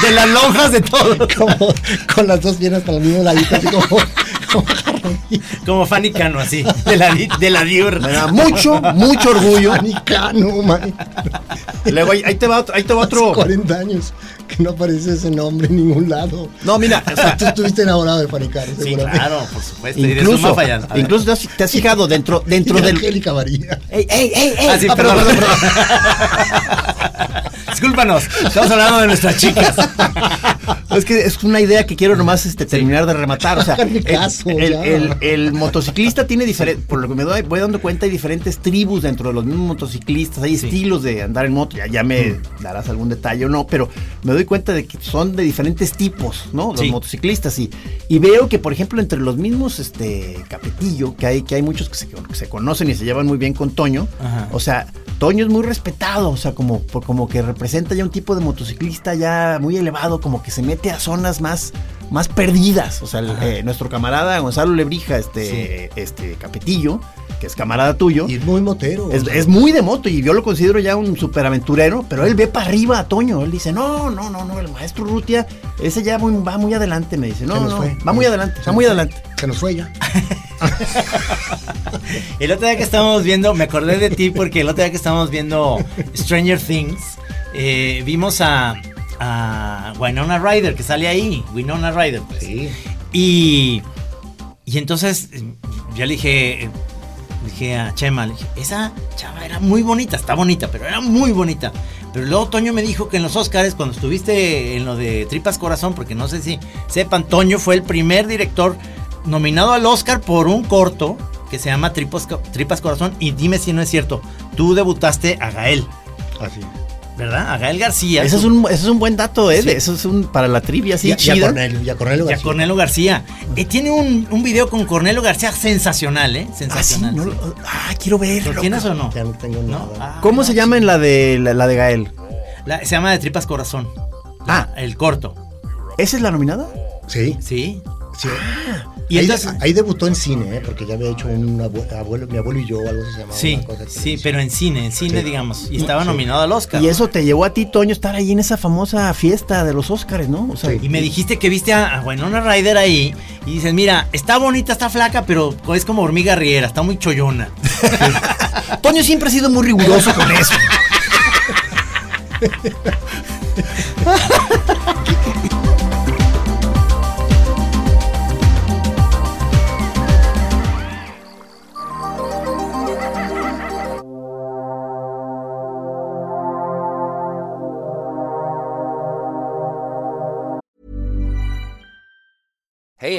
S2: de las lonjas de todo.
S4: como con las dos piernas para el mismo ladito así como, como
S2: [LAUGHS] Como Fanny Cano, así, de la, di- de la diurna.
S3: Me da mucho, mucho orgullo.
S4: americano man
S3: Luego ahí, ahí te va otro, ahí te va
S4: Hace
S3: otro.
S4: 40 años que no aparece ese nombre en ningún lado.
S3: No, mira, [LAUGHS] o
S4: O sea,
S3: sea,
S4: tú estuviste enamorado de Fanicaro,
S2: Sí,
S4: seguramente.
S2: claro, por supuesto. y de
S3: incluso,
S2: suma fallando. A ver.
S3: incluso te has- te has fijado dentro, dentro
S4: Y de
S3: del.
S4: Angélica María.
S3: ¡Ey, ey, ey! ey.
S2: Ah, sí,
S3: Ah,
S2: perdón, perdón, [LAUGHS] Discúlpanos, estamos hablando de nuestras chicas.
S3: [LAUGHS] Es que es una idea que quiero nomás este, terminar de rematar.
S4: [LAUGHS]
S3: O sea,
S4: Háganme
S3: el,
S4: caso,
S3: el-
S4: ya.
S3: el- el motociclista tiene diferentes, por lo que me doy, voy dando cuenta, hay diferentes tribus dentro de los mismos motociclistas, hay estilos de andar en moto, ya, ya me
S4: Mm.
S3: darás algún detalle o no, pero me doy cuenta de que son de diferentes tipos, ¿no? Los
S2: Sí.
S3: motociclistas y, y veo que, por ejemplo, entre los mismos este, Capetillo, que hay, que hay muchos que se, que se conocen y se llevan muy bien con Toño,
S2: Ajá.
S3: o sea, Toño es muy respetado, o sea, como, por- como que representa ya un tipo de motociclista ya muy elevado, como que se mete a zonas más, más perdidas. O sea, el- eh, nuestro camarada Gonzalo Lebrija, este, este Capetillo, que es camarada tuyo,
S4: Y es muy motero.
S3: es, es muy de moto y yo lo considero ya un superaventurero, pero él ve para arriba a Toño. Él dice, no, no, no, no, el maestro Rutia, ese ya muy- va muy adelante, me dice. No,
S4: Se nos
S3: no,
S4: fue.
S3: va muy adelante,
S4: Se
S3: va
S4: nos
S3: muy
S4: fue.
S3: adelante. Ah,
S4: Se nos
S3: [LAUGHS]
S4: fue ya.
S2: El otro día que estábamos viendo, me acordé de ti porque el otro día que estábamos viendo Stranger Things, eh, vimos a, a Winona Ryder, que sale ahí, Winona Ryder, pues. Y, y entonces eh, ya le dije, eh, dije a Chema, le dije, esa chava era muy bonita, está bonita, pero era muy bonita. Pero luego Toño me dijo que en los Oscars, cuando estuviste en lo de Tripas Corazón, porque no sé si sepan, Toño fue el primer director nominado al Oscar por un corto que se llama Tripos- Tripas Corazón. Y dime si no es cierto, tú debutaste a Gael,
S3: pues,
S4: Así.
S2: ¿verdad? A Gael García.
S3: Ese es un, ese es un buen dato, ¿eh?
S2: Sí.
S3: Eso es un para la trivia así
S4: y, a- y a
S3: chida.
S4: Cornelio. Y a Cornelio
S2: Ya
S4: García.
S2: Cornelio García. Eh, tiene un, un video con Cornelio García sensacional, ¿eh?
S3: Ah, sí,
S2: Sensacional.
S3: no
S2: sí.
S3: lo- ah, quiero verlo.
S2: ¿Lo tienes o no?
S4: Ya no tengo
S2: ¿No?
S4: nada.
S2: Ah,
S3: ¿Cómo se llama en la de la, la de Gael?
S2: la- se llama De Tripas Corazón.
S3: Ah,
S2: El corto.
S3: ¿esa es la nominada?
S4: Sí,
S2: Sí.
S4: sí.
S3: Ah,
S2: Y
S4: ahí,
S2: entonces.
S4: ahí debutó en cine, ¿eh? porque ya había hecho un abue- abuelo, mi abuelo y yo, algo así se llamaba.
S2: Sí,
S4: una cosa que-
S2: sí, pero en cine, en cine,
S4: Sí.
S2: digamos. Y estaba
S4: Sí.
S2: nominado al Oscar.
S3: Y eso te llevó a ti, Toño, estar ahí en esa famosa fiesta de los Óscares, ¿no? O sea,
S4: Sí.
S2: Y me dijiste que viste a, a Winona Ryder ahí y dices, mira, está bonita, está flaca, pero es como hormiga riera, está muy chollona.
S3: Toño siempre ha sido muy riguroso con eso.
S5: Hey,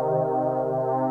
S4: [LAUGHS]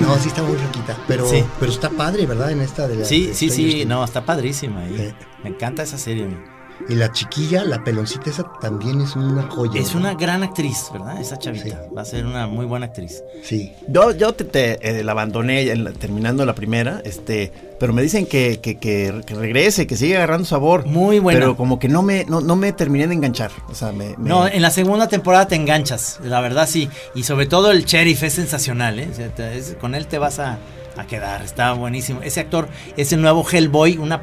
S4: No, sí está muy riquita, pero,
S2: Sí.
S4: pero está padre, ¿verdad? En esta de la-
S2: Sí,
S4: de
S2: sí,
S4: Stranger
S2: sí,
S4: Things.
S2: no, está padrísima. ahí.
S4: Sí.
S2: Me encanta esa serie. güey.
S4: Y la chiquilla, la peloncita esa también es una joya.
S2: Es una gran actriz, ¿verdad? Esa chavita.
S4: Sí.
S2: Va a ser una muy buena actriz.
S4: Sí.
S3: Yo, yo te, te, eh, la abandoné en la- terminando la primera, este, pero me dicen que, que- que- que regrese, que sigue agarrando sabor.
S2: Muy buena.
S3: Pero como que no me, no, no me terminé de enganchar. O sea, me, me-
S2: No, en la segunda temporada te enganchas, la verdad sí. Y sobre todo el sheriff es sensacional, ¿eh? O sea, te- es- con él te vas a, a quedar, está buenísimo. Ese actor, ese nuevo Hellboy, una,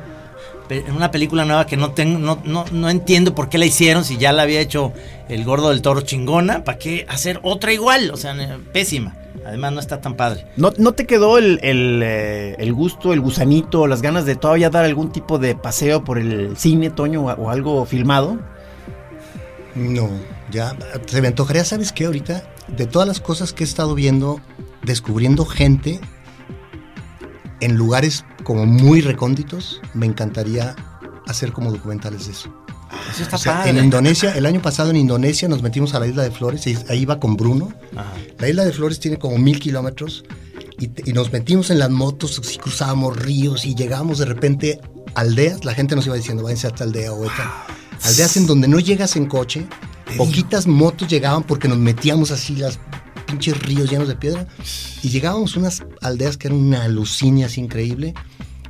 S2: pe- una película nueva que no, tengo, no, no, no entiendo por qué la hicieron, si ya la había hecho el gordo del toro chingona, ¿para qué hacer otra igual? O sea, ne- pésima. Además no está tan padre.
S3: ¿No, no te quedó el, el, eh, el gusto, el gusanito, las ganas de todavía dar algún tipo de paseo por el cine, Toño, o, o algo filmado?
S4: No, ya. Se me antojaría, ¿sabes qué? Ahorita, de todas las cosas que he estado viendo, descubriendo gente en lugares como muy recónditos, me encantaría hacer como documentales de eso.
S2: Eso está
S4: O sea,
S2: padre.
S4: en Indonesia, el año pasado en Indonesia nos metimos a la isla de Flores y ahí iba con Bruno.
S2: Ajá.
S4: La isla de Flores tiene como mil kilómetros y, te- y nos metimos en las motos, y cruzábamos ríos y llegábamos de repente a aldeas. La gente nos iba diciendo, váyanse a esta aldea o esta. Aldeas en donde no llegas en coche, poquitas motos llegaban porque nos metíamos así las pinches ríos llenos de piedra y llegábamos a unas aldeas que eran una alucinia así increíble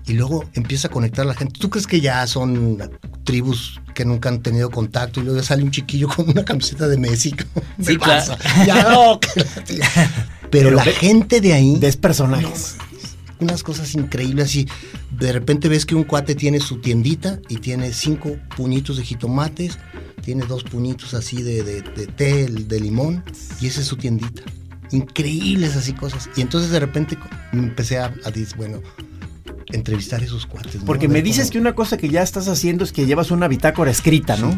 S4: y luego empieza a conectar a la gente. ¿Tú crees que ya son tribus que nunca han tenido contacto y luego ya sale un chiquillo con una camiseta de Messi? como [LAUGHS] de
S2: Sí, claro.
S4: Barça? Ya no, que la tía. Pero, la gente de ahí,
S3: Des personajes.
S4: unas cosas increíbles y de repente ves que un cuate tiene su tiendita y tiene cinco puñitos de jitomates, tiene dos puñitos así de, de- de té, el de limón y esa es su tiendita. Increíbles así cosas. Y entonces de repente co- empecé a, a decir, bueno, entrevistar a esos cuates. ¿no?
S3: Porque
S4: A ver
S3: me dices
S4: cómo-
S3: que una cosa que ya estás haciendo es que llevas una bitácora escrita, ¿no?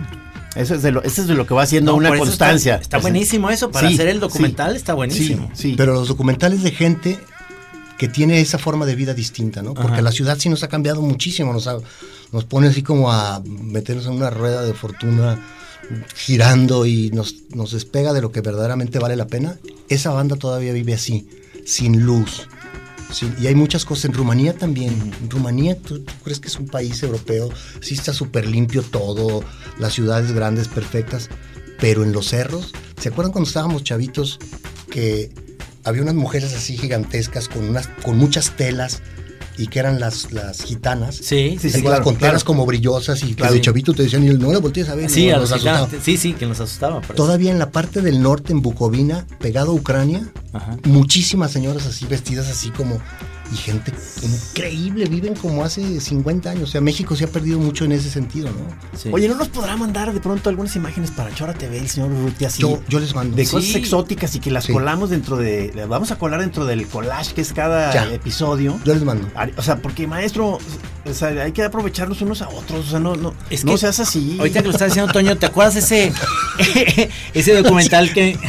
S3: Eso, es de lo, eso es de lo que va haciendo
S2: No,
S3: una
S2: por eso está-
S3: constancia. Pues
S2: Está, buenísimo eso, para
S3: Sí,
S2: hacer el
S3: sí,
S2: documental está buenísimo.
S3: Sí, sí.
S4: Pero los documentales de gente que tiene esa forma de vida distinta, ¿no? Porque
S2: Ajá.
S4: la ciudad sí nos ha cambiado muchísimo, nos, ha- nos pone así como a meternos en una rueda de fortuna girando y nos, nos despega de lo que verdaderamente vale la pena. Esa banda todavía vive así, sin luz. sin- y hay muchas cosas en Rumanía también. En Rumanía, ¿tú, tú crees que es un país europeo? Sí está súper limpio todo, las ciudades grandes, perfectas, pero en los cerros, ¿se acuerdan cuando estábamos chavitos que había unas mujeres así gigantescas con unas con muchas telas y que eran las, las gitanas.
S2: Sí, sí,
S4: ¿Te
S2: sí,
S4: acuerdas?
S2: claro,
S4: con telas
S2: claro.
S4: como brillosas y que
S2: Claro.
S4: de chavito te decían, no la voltees a ver.
S2: Sí,
S4: no,
S2: a
S4: nos
S2: los
S4: asustaba.
S2: gigantes. Sí, sí, que nos asustaba. por eso.
S4: Todavía en la parte del norte, en Bucovina, pegado a Ucrania,
S2: Ajá.
S4: muchísimas señoras así vestidas así como... Y gente increíble, viven como hace 50 años. O sea, México se ha perdido mucho en ese sentido, ¿no?
S2: Sí.
S3: Oye, ¿no nos podrá mandar de pronto algunas imágenes para Chora TV, el señor Urrutia? así?
S4: Yo, yo les mando.
S3: de
S2: Sí.
S3: cosas exóticas y que las
S4: Sí.
S3: colamos dentro de. las vamos a colar dentro del collage que es cada
S4: Ya.
S3: episodio.
S4: Yo
S2: [LAUGHS]
S4: les mando.
S3: Ari- O sea, porque maestro, o sea, hay que aprovecharnos unos a otros. O sea, no, no,
S2: Es
S3: no
S2: que-
S3: seas así.
S2: Ahorita que lo está diciendo Toño, ¿te acuerdas ese [LAUGHS] ese documental que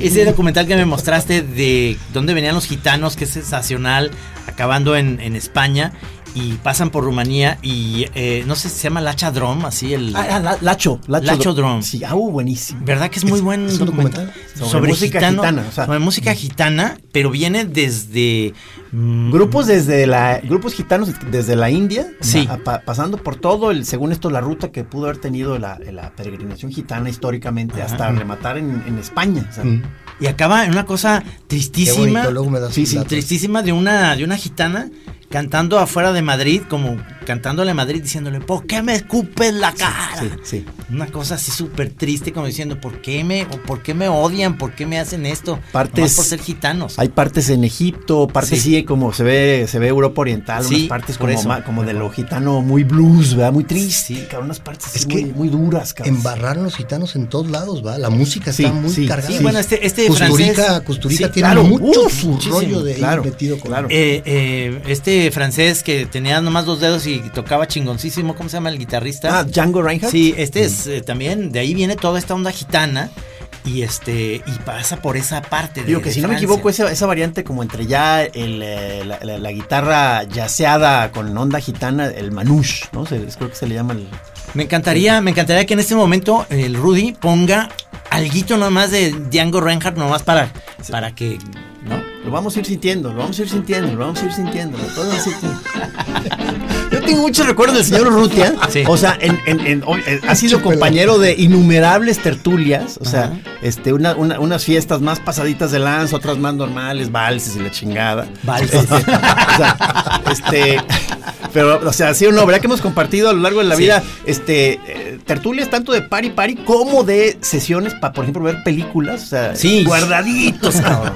S2: ese documental que me mostraste de dónde venían los gitanos, que es sensacional, acabando en, en España y pasan por Rumanía y eh, no sé si se llama Lacha Drum, así el
S3: Ah, ah, la- Lacho, Lacho,
S2: Lacho
S3: Dro-
S2: Drum.
S3: Sí, ah, uh, buenísimo.
S2: ¿Verdad que es muy
S4: Es-
S2: buen
S4: es un documental
S3: sobre
S2: sobre,
S3: música
S2: gitano,
S3: gitana, o sea.
S2: sobre música gitana, pero viene desde mm,
S3: Grupos desde la grupos gitanos desde la India,
S2: Sí.
S3: pa- pa- pasando por todo el según esto la ruta que pudo haber tenido la, la peregrinación gitana históricamente hasta rematar en, en España. o sea,
S4: Mm.
S2: y acaba en una cosa
S4: Qué
S2: tristísima.
S4: bonito, luego me das
S3: Sí,
S4: un
S3: sí,
S4: dato.
S2: tristísima de una, de una gitana cantando afuera de Madrid, como cantándole a Madrid diciéndole, ¿por qué me escupes la cara?
S3: sí.
S2: Una cosa así súper triste, como diciendo, ¿por qué me, o por qué me odian? oigan, ¿por qué me hacen esto?
S3: Partes-
S2: Nomás por ser gitanos.
S3: Hay partes en Egipto, partes
S2: Sí.
S3: sí, como se ve, se ve Europa Oriental,
S2: Sí,
S3: unas partes
S2: por
S3: como,
S2: eso.
S3: ma- como de lo gitano muy blues, ¿verdad? Muy triste,
S2: Sí.
S3: cabrón, unas partes
S4: Es
S3: así
S4: que
S3: muy, muy duras, cabrón.
S4: Embarraron los gitanos en todos lados, ¿va? La música
S3: Sí,
S4: está muy
S3: sí,
S4: cargada.
S2: Sí,
S3: Sí.
S2: bueno, este, este
S4: Custurica,
S2: francés.
S4: Custurica
S2: Sí,
S4: tiene
S3: claro,
S4: mucho
S3: uf,
S4: su
S3: muchísimo,
S4: rollo de ahí
S3: claro,
S4: metido con
S3: claro.
S2: eh, eh, este francés que tenía nomás dos dedos y tocaba chingoncísimo, ¿cómo se llama el guitarrista?
S3: Ah, Mm. Django Reinhardt.
S2: Sí, este es eh, también, de ahí viene toda esta onda gitana y este y pasa por esa parte de
S3: Digo que
S2: de
S3: si no me
S2: Francia.
S3: equivoco, esa, esa variante como entre ya el, eh, la, la- la guitarra yaceada con onda gitana, el manouche, ¿no? Se- es- creo que se le llama el...
S2: Me encantaría, me encantaría que en este momento el Rudy ponga alguito nomás de Django Reinhardt nomás para para que, ¿no?
S3: Lo vamos a ir sintiendo, lo vamos a ir sintiendo, lo vamos a ir sintiendo. lo todos vamos a ir sintiendo.
S2: [LAUGHS]
S3: Yo tengo muchos recuerdos del señor Urrutia.
S2: Sí.
S3: O sea, en- en- en- o- eh, ha sido compañero de innumerables tertulias. O sea,
S2: Ajá.
S3: este, una- una- unas fiestas más pasaditas de lanza, otras más normales, valses y la chingada.
S2: Valses.
S3: Este, [LAUGHS] o
S4: [LAUGHS]
S3: sea, este. Pero, o sea, sí o no, ¿verdad que hemos compartido a lo largo de la
S2: Sí.
S3: vida este eh, tertulias tanto de pari pari como de sesiones para, por ejemplo, ver películas? O sea,
S2: Sí.
S3: guardaditos,
S2: [LAUGHS]
S3: cabrón.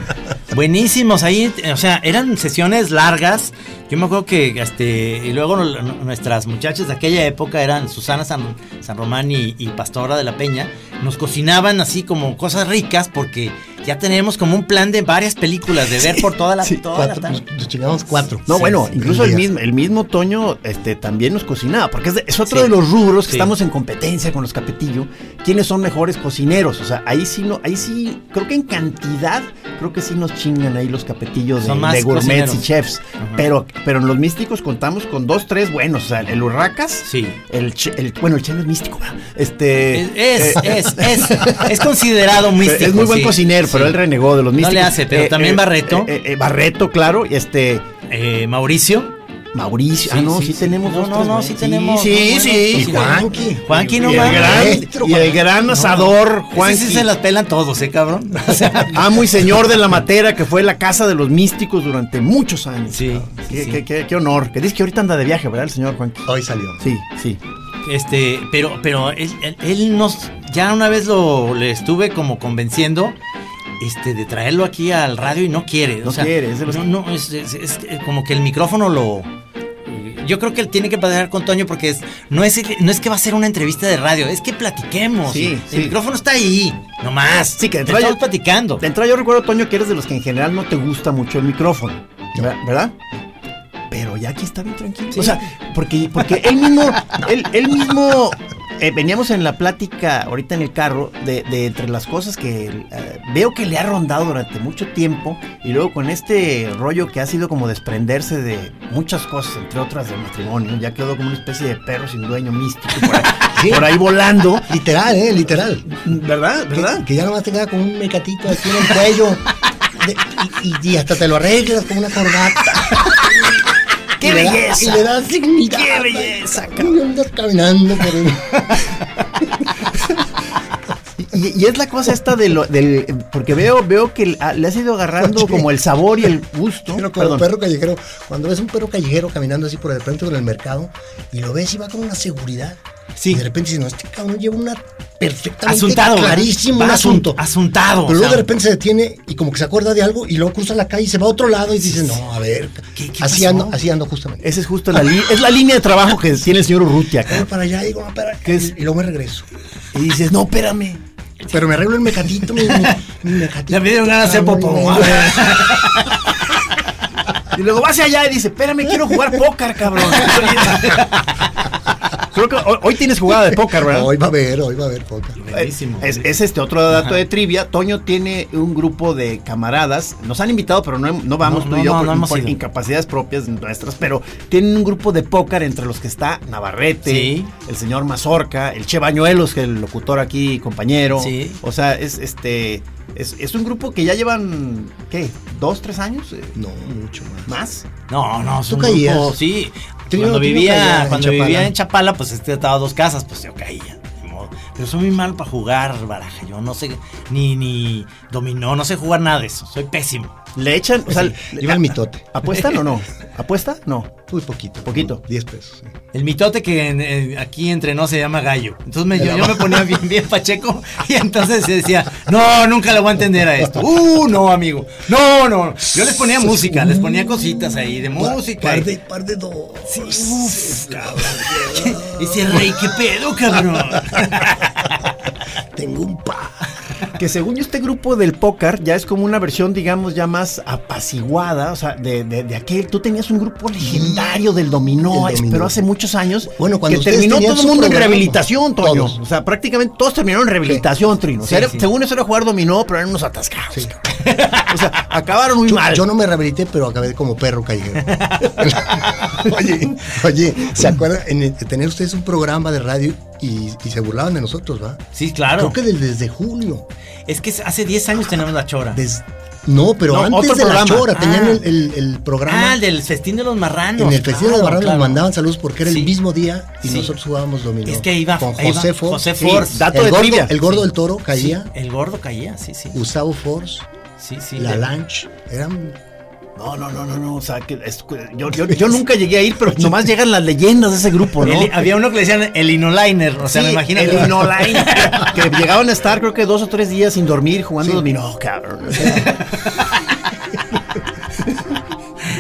S2: Buenísimos ahí, eh, o sea, eran sesiones largas. Yo me acuerdo que este y luego no- no- nuestras muchachas de aquella época eran Susana San, San Román y, y Pastora de la Peña, nos cocinaban así como cosas ricas porque ya teníamos como un plan de varias películas de ver por toda la
S4: Sí,
S2: toda la
S4: cuatro,
S2: tarde.
S4: nos, nos chingamos cuatro.
S3: No,
S4: Sí,
S3: bueno,
S4: sí,
S3: incluso el
S4: días.
S3: mismo, el mismo Toño este, también nos cocinaba, porque es, de- es otro
S2: Sí.
S3: de los rubros que
S2: Sí.
S3: estamos en competencia con los Capetillo. ¿Quiénes son mejores cocineros? O sea, ahí sí, no, ahí sí, creo que en cantidad, creo que sí nos chingan ahí los Capetillos de,
S2: Son más
S3: de gourmets
S2: cocineros.
S3: y chefs.
S2: Ajá.
S3: Pero, pero en los místicos contamos con dos, tres buenos. O sea, el Urracas,
S2: Sí.
S3: el, Che- el- bueno, el Cheno es místico, ¿verdad? Este.
S2: Es, es,
S3: eh, [LAUGHS]
S2: es, es, es considerado místico.
S3: es muy buen
S2: sí,
S3: cocinero, pero
S2: sí.
S3: él renegó de los
S2: No le
S3: místicos.
S2: hace, pero también Barreto.
S3: eh, eh, Barreto, claro, y este.
S2: Eh, Mauricio.
S3: Mauricio. ah,
S2: Sí,
S3: no,
S2: sí,
S3: sí,
S2: sí.
S3: tenemos
S2: No,
S3: dos.
S2: no,
S3: tres,
S2: no,
S3: güey.
S2: sí tenemos dos
S3: Sí,
S2: buenos
S3: sí.
S4: Y
S2: cocineros.
S4: Juanqui.
S2: Juanqui no
S3: Y el
S2: mames.
S3: gran, y el gran asador,
S2: Ese
S3: Juan.
S2: sí se las pelan todos, ¿eh, cabrón? O sea,
S3: [LAUGHS] Amo y señor de la matera, que fue la casa de los místicos durante muchos años.
S2: Sí,
S3: cabrón.
S2: sí,
S3: Qué,
S2: sí.
S3: qué- qué- qué honor. Que dice que ahorita anda de viaje, ¿verdad, el señor Juanqui?
S4: Hoy salió.
S3: Sí, sí.
S2: este, pero, pero él, él- él nos, ya una vez lo le estuve como convenciendo, este, de traerlo aquí al radio y no quiere. o
S3: No
S2: sea,
S3: quiere, es de los-
S2: no, no, es, es- es como que el micrófono lo. Yo creo que él tiene que pasar con Toño porque es, no, es, no es que va a ser una entrevista de radio, es que platiquemos.
S3: Sí,
S2: el
S3: sí.
S2: micrófono está ahí, nomás.
S3: Sí, que de entrada-
S2: estamos platicando.
S3: De entrada yo recuerdo, Toño, que eres de los que en general no te gusta mucho el micrófono, ¿verdad? ¿verdad? Pero ya aquí está bien tranquilo. O sea, porque, porque él mismo, él, él mismo, eh, veníamos en la plática ahorita en el carro de, de entre las cosas que eh, veo que le ha rondado durante mucho tiempo y luego con este rollo que ha sido como desprenderse de muchas cosas, entre otras del matrimonio, ya quedó como una especie de perro sin dueño místico por ahí,
S4: Sí.
S3: por ahí volando,
S4: [LAUGHS] Literal, ¿eh? Literal.
S3: ¿verdad?
S4: Que-
S3: ¿Verdad?
S4: Que, ya nomás tenga como un mecatito aquí en el cuello. De- y, y- y hasta te lo arreglas como una corbata.
S3: [LAUGHS] ¡Qué
S4: Y le da-
S3: belleza!
S4: y le da dignidad.
S3: ¡Qué belleza,
S4: Y andas caminando por el-
S3: Y, y es la cosa esta de lo, del. Porque veo, veo que ah, le has ido agarrando como el sabor y el gusto.
S4: Pero como
S3: Perdón.
S4: perro callejero, cuando ves un perro callejero caminando así por de frente en el mercado y lo ves y va con una seguridad.
S2: Sí.
S4: Y de repente dices, no, este cabrón lleva una perfectamente
S2: Asuntado, ¿verdad?
S4: clarísimo
S2: Va
S4: un
S2: asun-
S4: asunto.
S2: asuntado,
S4: Pero
S2: o sea.
S4: luego de repente se detiene y como que se acuerda de algo y luego cruza la calle y se va a otro lado y dice, no, a ver,
S2: ¿Qué- qué
S4: así
S2: pasó?
S4: ando, así ando justamente.
S3: Esa es justo la, li- es la línea de trabajo que tiene el señor Urrutia.
S4: Voy
S3: cabrón.
S4: para allá digo, no, espera,
S3: ¿Qué es?
S4: y luego me regreso.
S3: Y dices, no, espérame.
S4: Pero me arreglo el mecatito, mi, mi- mi mecatito.
S2: Ya me dieron ganas de hacer
S4: Ah, muy
S2: popó,
S4: bien.
S2: madre. [LAUGHS]
S3: Y luego vas allá y dices, espérame, quiero jugar póker, [LAUGHS] cabrón. Creo que hoy, hoy tienes jugada de póker, ¿verdad?
S4: Hoy va a haber, hoy va a haber poca.
S2: Buenísimo.
S3: Es, es este otro dato de trivia. Toño tiene un grupo de camaradas. Nos han invitado, pero no, hem- no vamos
S2: No,
S3: tú
S2: no,
S3: y yo
S2: no,
S3: por,
S2: no hemos
S3: por
S2: ido.
S3: incapacidades propias nuestras. Pero tienen un grupo de póker entre los que está Navarrete,
S2: Sí.
S3: el señor Mazorca, el Che Bañuelos, que es el locutor aquí, compañero.
S2: Sí.
S3: O sea, es este. Es, es un grupo que ya llevan, ¿qué? ¿Dos, tres años? Eh,
S4: No, mucho más.
S3: ¿Más?
S2: No, no, es
S4: ¿Tú
S2: un
S4: caías?
S2: grupo, sí.
S4: Trío-
S2: cuando
S4: trío
S2: vivía,
S4: caía en
S2: cuando
S4: Chapala.
S2: vivía en Chapala, pues este estaba a dos casas, pues yo caía. ni modo. Pero soy muy malo para jugar baraja. Yo no sé, ni, ni dominó, no sé jugar nada de eso. Soy pésimo.
S3: Le echan, o sea,
S4: Sí,
S3: le-
S4: iba el mitote.
S2: [LAUGHS]
S3: ¿Apuestan o no? ¿Apuesta? No.
S4: Muy poquito.
S3: Poquito.
S4: como 10 pesos. sí.
S2: El mitote que en- en- aquí entre no se llama gallo. Entonces me- yo,
S4: Era
S2: yo me ponía bien, bien pacheco y entonces se decía, no, nunca le voy a entender a esto. Uh, no, amigo. No, no. Yo les ponía música, les ponía cositas ahí de música.
S4: Par
S2: Y,
S4: de,
S2: [LAUGHS]
S4: par de dos.
S2: uf, cabrón. Ese rey, qué pedo,
S4: [LAUGHS]
S2: cabrón.
S4: Tengo un par.
S3: Que según yo, este grupo del póker ya es como una versión, digamos, ya más apaciguada, o sea, de, de- de aquel. Tú tenías un grupo legendario del dominó,
S4: El dominó.
S3: pero hace muchos años.
S4: Bueno, cuando
S3: que
S4: ustedes
S3: terminó
S4: tenían
S3: todo el
S4: su
S3: mundo en
S4: programa.
S3: rehabilitación, Toño.
S4: Todos.
S3: O sea, prácticamente todos terminaron en rehabilitación, Trino. O sea,
S2: Sí,
S3: era-
S2: sí.
S3: según eso era jugar dominó, pero eran unos atascados. O sea, acabaron muy
S4: Yo,
S3: mal.
S4: yo no me rehabilité, pero acabé como
S2: [LAUGHS]
S4: perro callejero. oye, oye, ¿se acuerdan en el- de tener ustedes un programa de radio y, y se burlaban de nosotros, va?
S2: Sí, claro.
S4: Creo que del- desde julio.
S2: Es que hace 10 años tenemos la chora.
S4: des- no, pero
S3: No,
S4: antes
S3: otro
S4: de la
S3: programa.
S4: chora, tenían
S2: Ah.
S4: el, el- el programa.
S2: Ah, el del festín de los marranos.
S4: en el Festival de
S2: claro,
S4: Barranco
S2: claro.
S4: nos mandaban saludos porque era
S2: Sí.
S4: el mismo día y
S2: Sí.
S4: nosotros jugábamos dominó.
S2: Es que ahí va-
S4: Con
S2: ahí va
S4: José Force.
S2: José Force.
S3: dato
S4: el
S3: de
S4: gordo,
S3: trivia.
S4: El gordo
S2: Sí.
S4: del toro
S2: Sí,
S4: caía.
S2: el gordo caía, sí, sí.
S4: Gustavo Force,
S2: Sí, sí.
S4: La
S2: de-
S4: Lanch. Eran
S3: No, no, no, no, no. O sea, que es- yo, yo- yo nunca llegué a ir, pero nomás llegan las leyendas de ese grupo, ¿no?
S2: El- había uno que le decían el Inoliner, o sea,
S3: Sí,
S2: me imagino.
S3: el
S2: que-
S3: Inolain, [LAUGHS] que llegaban a estar creo que dos o tres días sin dormir jugando
S4: Sí.
S3: dominó, cabrón. o sea. [LAUGHS]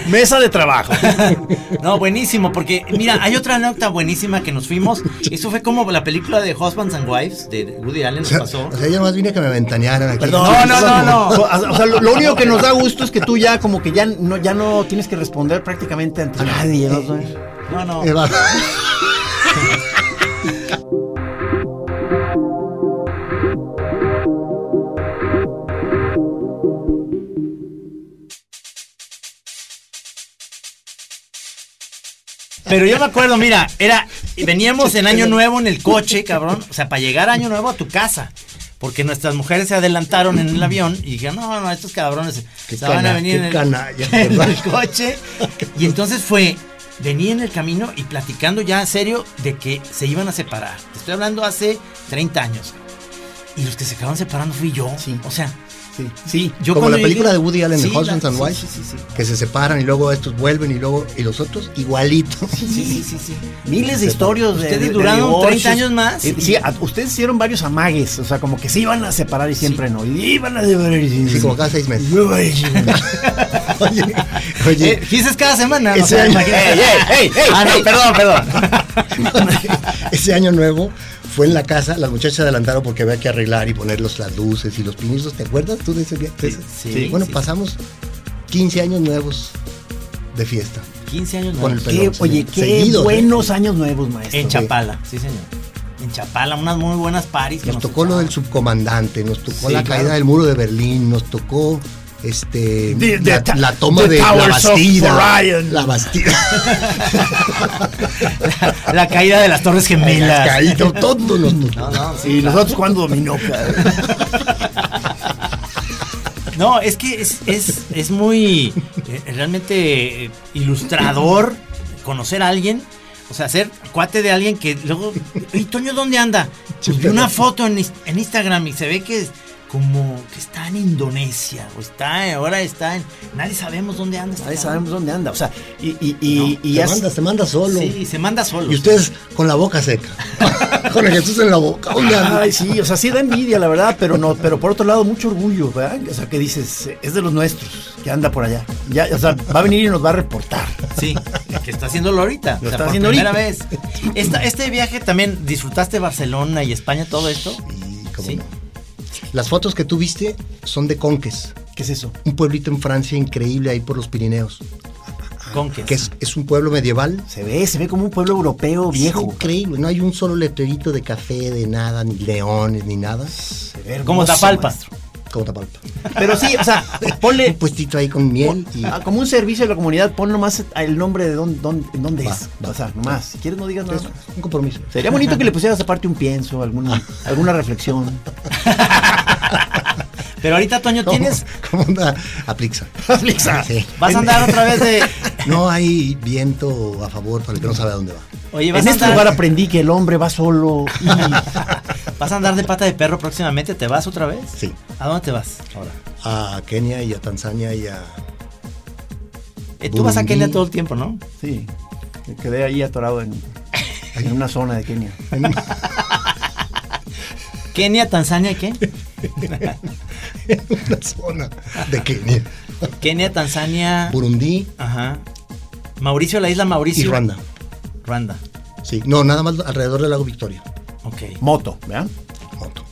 S3: Mesa de trabajo.
S2: [LAUGHS] No, buenísimo, porque mira, hay otra anécdota buenísima que nos fuimos. Eso fue como la película de Husbands and Wives de Woody Allen,
S4: O [LAUGHS]
S2: nos
S4: sea,
S2: pasó.
S4: o sea, yo nomás vine a que me ventanearan aquí.
S3: Perdón.
S2: No, no, no, no.
S3: O sea, lo, lo único que nos da gusto es que tú ya como que ya no, ya no tienes que responder prácticamente ante nadie. ¿no?
S2: No, no. [LAUGHS]
S4: Eh, va.
S2: Pero yo me acuerdo, mira, era veníamos en Año Nuevo en el coche, cabrón, o sea, para llegar a Año Nuevo a tu casa. Porque nuestras mujeres se adelantaron en el avión y dijeron, no, no, estos cabrones
S4: Qué
S2: se van a
S4: cana-
S2: venir en
S4: qué
S2: el, [LAUGHS]
S4: canalla,
S2: en
S4: ¿verdad?
S2: el coche. Y entonces fue, venía en el camino y platicando ya en serio de que se iban a separar. Te estoy hablando hace 30 años. Y los que se acabaron separando fui yo.
S3: Sí.
S2: O sea,
S3: Sí, sí.
S2: yo
S4: Como
S2: cuando
S4: la película
S2: llegué-
S4: de Woody Allen,
S2: Sí,
S4: de Husbands
S2: la-
S4: and
S2: sí,
S4: Wives,
S2: sí, sí, sí.
S4: que se separan y luego estos vuelven y luego y los otros igualitos.
S2: [LAUGHS] Sí,
S4: [LAUGHS]
S2: sí, sí, sí.
S3: Miles de historias de.
S2: Ustedes
S3: de- de
S2: duraron
S3: divorcios.
S2: 30 años más.
S3: Eh, Sí, a- ustedes hicieron varios amagues. O sea, como que se iban a separar y siempre no. Y iban a separar y
S4: Sí, como cada seis
S2: [LAUGHS]
S4: meses. Oye,
S2: Eh,
S4: [LAUGHS] oye,
S2: dices cada semana.
S4: Ese
S2: o sea,
S4: año-
S2: imagínate.
S4: Ey, ey, ey, ey,
S2: ah, no,
S4: ey.
S2: perdón,
S4: [LAUGHS]
S2: perdón.
S4: ese año nuevo fue en la casa, las muchachas se adelantaron porque había que arreglar y poner los- las luces y los pinitos. ¿Te acuerdas tú de ese día?
S2: Sí, sí,
S4: bueno,
S2: sí.
S4: pasamos 15 años nuevos de fiesta.
S2: 15 años
S4: Con el
S2: nuevos.
S4: pelo.
S3: Qué-
S4: Perdón,
S3: oye,
S4: señor.
S3: qué
S4: Seguidos, ¿eh?
S3: buenos años nuevos, maestro.
S2: En Chapala, sí, señor. En Chapala, unas muy buenas paris. que
S4: Nos tocó lo
S2: echaban.
S4: del subcomandante, nos tocó
S2: Sí,
S4: la
S2: claro.
S4: caída del muro de Berlín, nos tocó este
S3: The- the
S4: la,
S3: ta-
S4: la toma
S3: the
S4: de la
S3: Towers of
S4: Bastida,
S3: Orion.
S4: la Bastida,
S2: [LAUGHS] La, la caída de las Torres
S4: la
S2: Gemelas.
S4: caída, todo nos
S2: No,
S4: tocó.
S2: no, sí.
S3: Y nosotros cuando dominó,
S4: [LAUGHS]
S3: cabrón?
S2: No, es que es, es, es muy eh, realmente eh, ilustrador conocer a alguien. O sea, ser cuate de alguien que luego. ¿Y Toño dónde anda? Pues vi una foto en, Ins- en Instagram y se ve que es como que está en Indonesia. O está, ahora está en. Nadie sabemos dónde anda. este
S3: Nadie
S2: cabrón.
S3: sabemos dónde anda. O sea, y, y, y, y
S4: te
S3: has-
S4: manda, se manda solo.
S2: Sí, se manda solo.
S4: Y ustedes con la boca seca, [LAUGHS] con el Jesús en la boca. ¿dónde anda?
S3: Ay, sí, o sea, sí da envidia, la verdad, pero
S4: [LAUGHS]
S3: no, pero por otro lado, mucho orgullo, ¿verdad? O sea, que dices, eh, es de los nuestros, que anda por allá. Ya, o sea, va a venir y nos va a reportar.
S2: Sí, que está haciéndolo ahorita.
S3: Lo
S2: o sea,
S3: está
S2: por
S3: haciendo
S2: primera
S3: ahorita.
S2: vez. Esta- este viaje también, ¿disfrutaste Barcelona y España, todo esto?
S4: Y cómo
S2: Sí.
S4: no. Las fotos que tú viste son de Conques,
S3: ¿Qué es eso?
S4: un pueblito en Francia increíble ahí por los Pirineos,
S2: Ah, ¿Con qué?
S4: que es, es un pueblo medieval.
S3: Se ve, se ve como un pueblo europeo
S4: Es
S3: viejo.
S4: increíble, no hay un solo letrerito de café, de nada, ni leones, ni nada.
S3: Se ve
S2: Como
S3: hermoso,
S2: Tapalpa.
S3: maestro.
S4: Como Tapalpa.
S3: Pero sí, o sea, [LAUGHS] ponle,
S4: Un puestito ahí con miel y
S3: Ah, como un servicio a la comunidad, pon nomás el nombre de dónde, dónde, en dónde
S4: Va,
S3: es.
S4: va.
S3: O sea, nomás. Si quieres, no digas nada.
S4: es
S3: más.
S4: un compromiso.
S3: Sería bonito
S4: [LAUGHS]
S3: que le pusieras aparte un pienso, alguna, alguna reflexión.
S2: Pero ahorita, Toño,
S4: ¿Cómo-
S2: tienes.
S4: [LAUGHS] ¿Cómo anda Aplixa?
S3: Aplixa.
S4: [LAUGHS] Sí.
S2: Vas a andar otra vez de.
S4: No hay viento a favor para el que no sabe a dónde va.
S2: Oye, vas
S3: En
S2: a
S3: este
S2: andar.
S3: lugar aprendí que el hombre va solo. y-
S2: Vas a andar de pata de perro próximamente. ¿Te vas otra vez?
S4: Sí.
S2: ¿A dónde te vas ahora?
S4: a Kenia y a Tanzania y a... [LAUGHS]
S2: Eh, tú vas a
S4: Burundi.
S2: Kenia todo el tiempo, ¿no?
S3: Sí, me quedé ahí atorado en, en una zona de Kenia.
S2: Kenia, Tanzania, ¿qué?
S4: una zona de Kenia.
S2: Kenia, Tanzania,
S4: Burundi
S2: ajá. Mauricio, la isla Mauricio.
S4: y Ruanda.
S2: Ruanda,
S4: Sí, no, nada más alrededor del lago Victoria.
S2: ok.
S3: Moto, ¿verdad?
S4: Moto.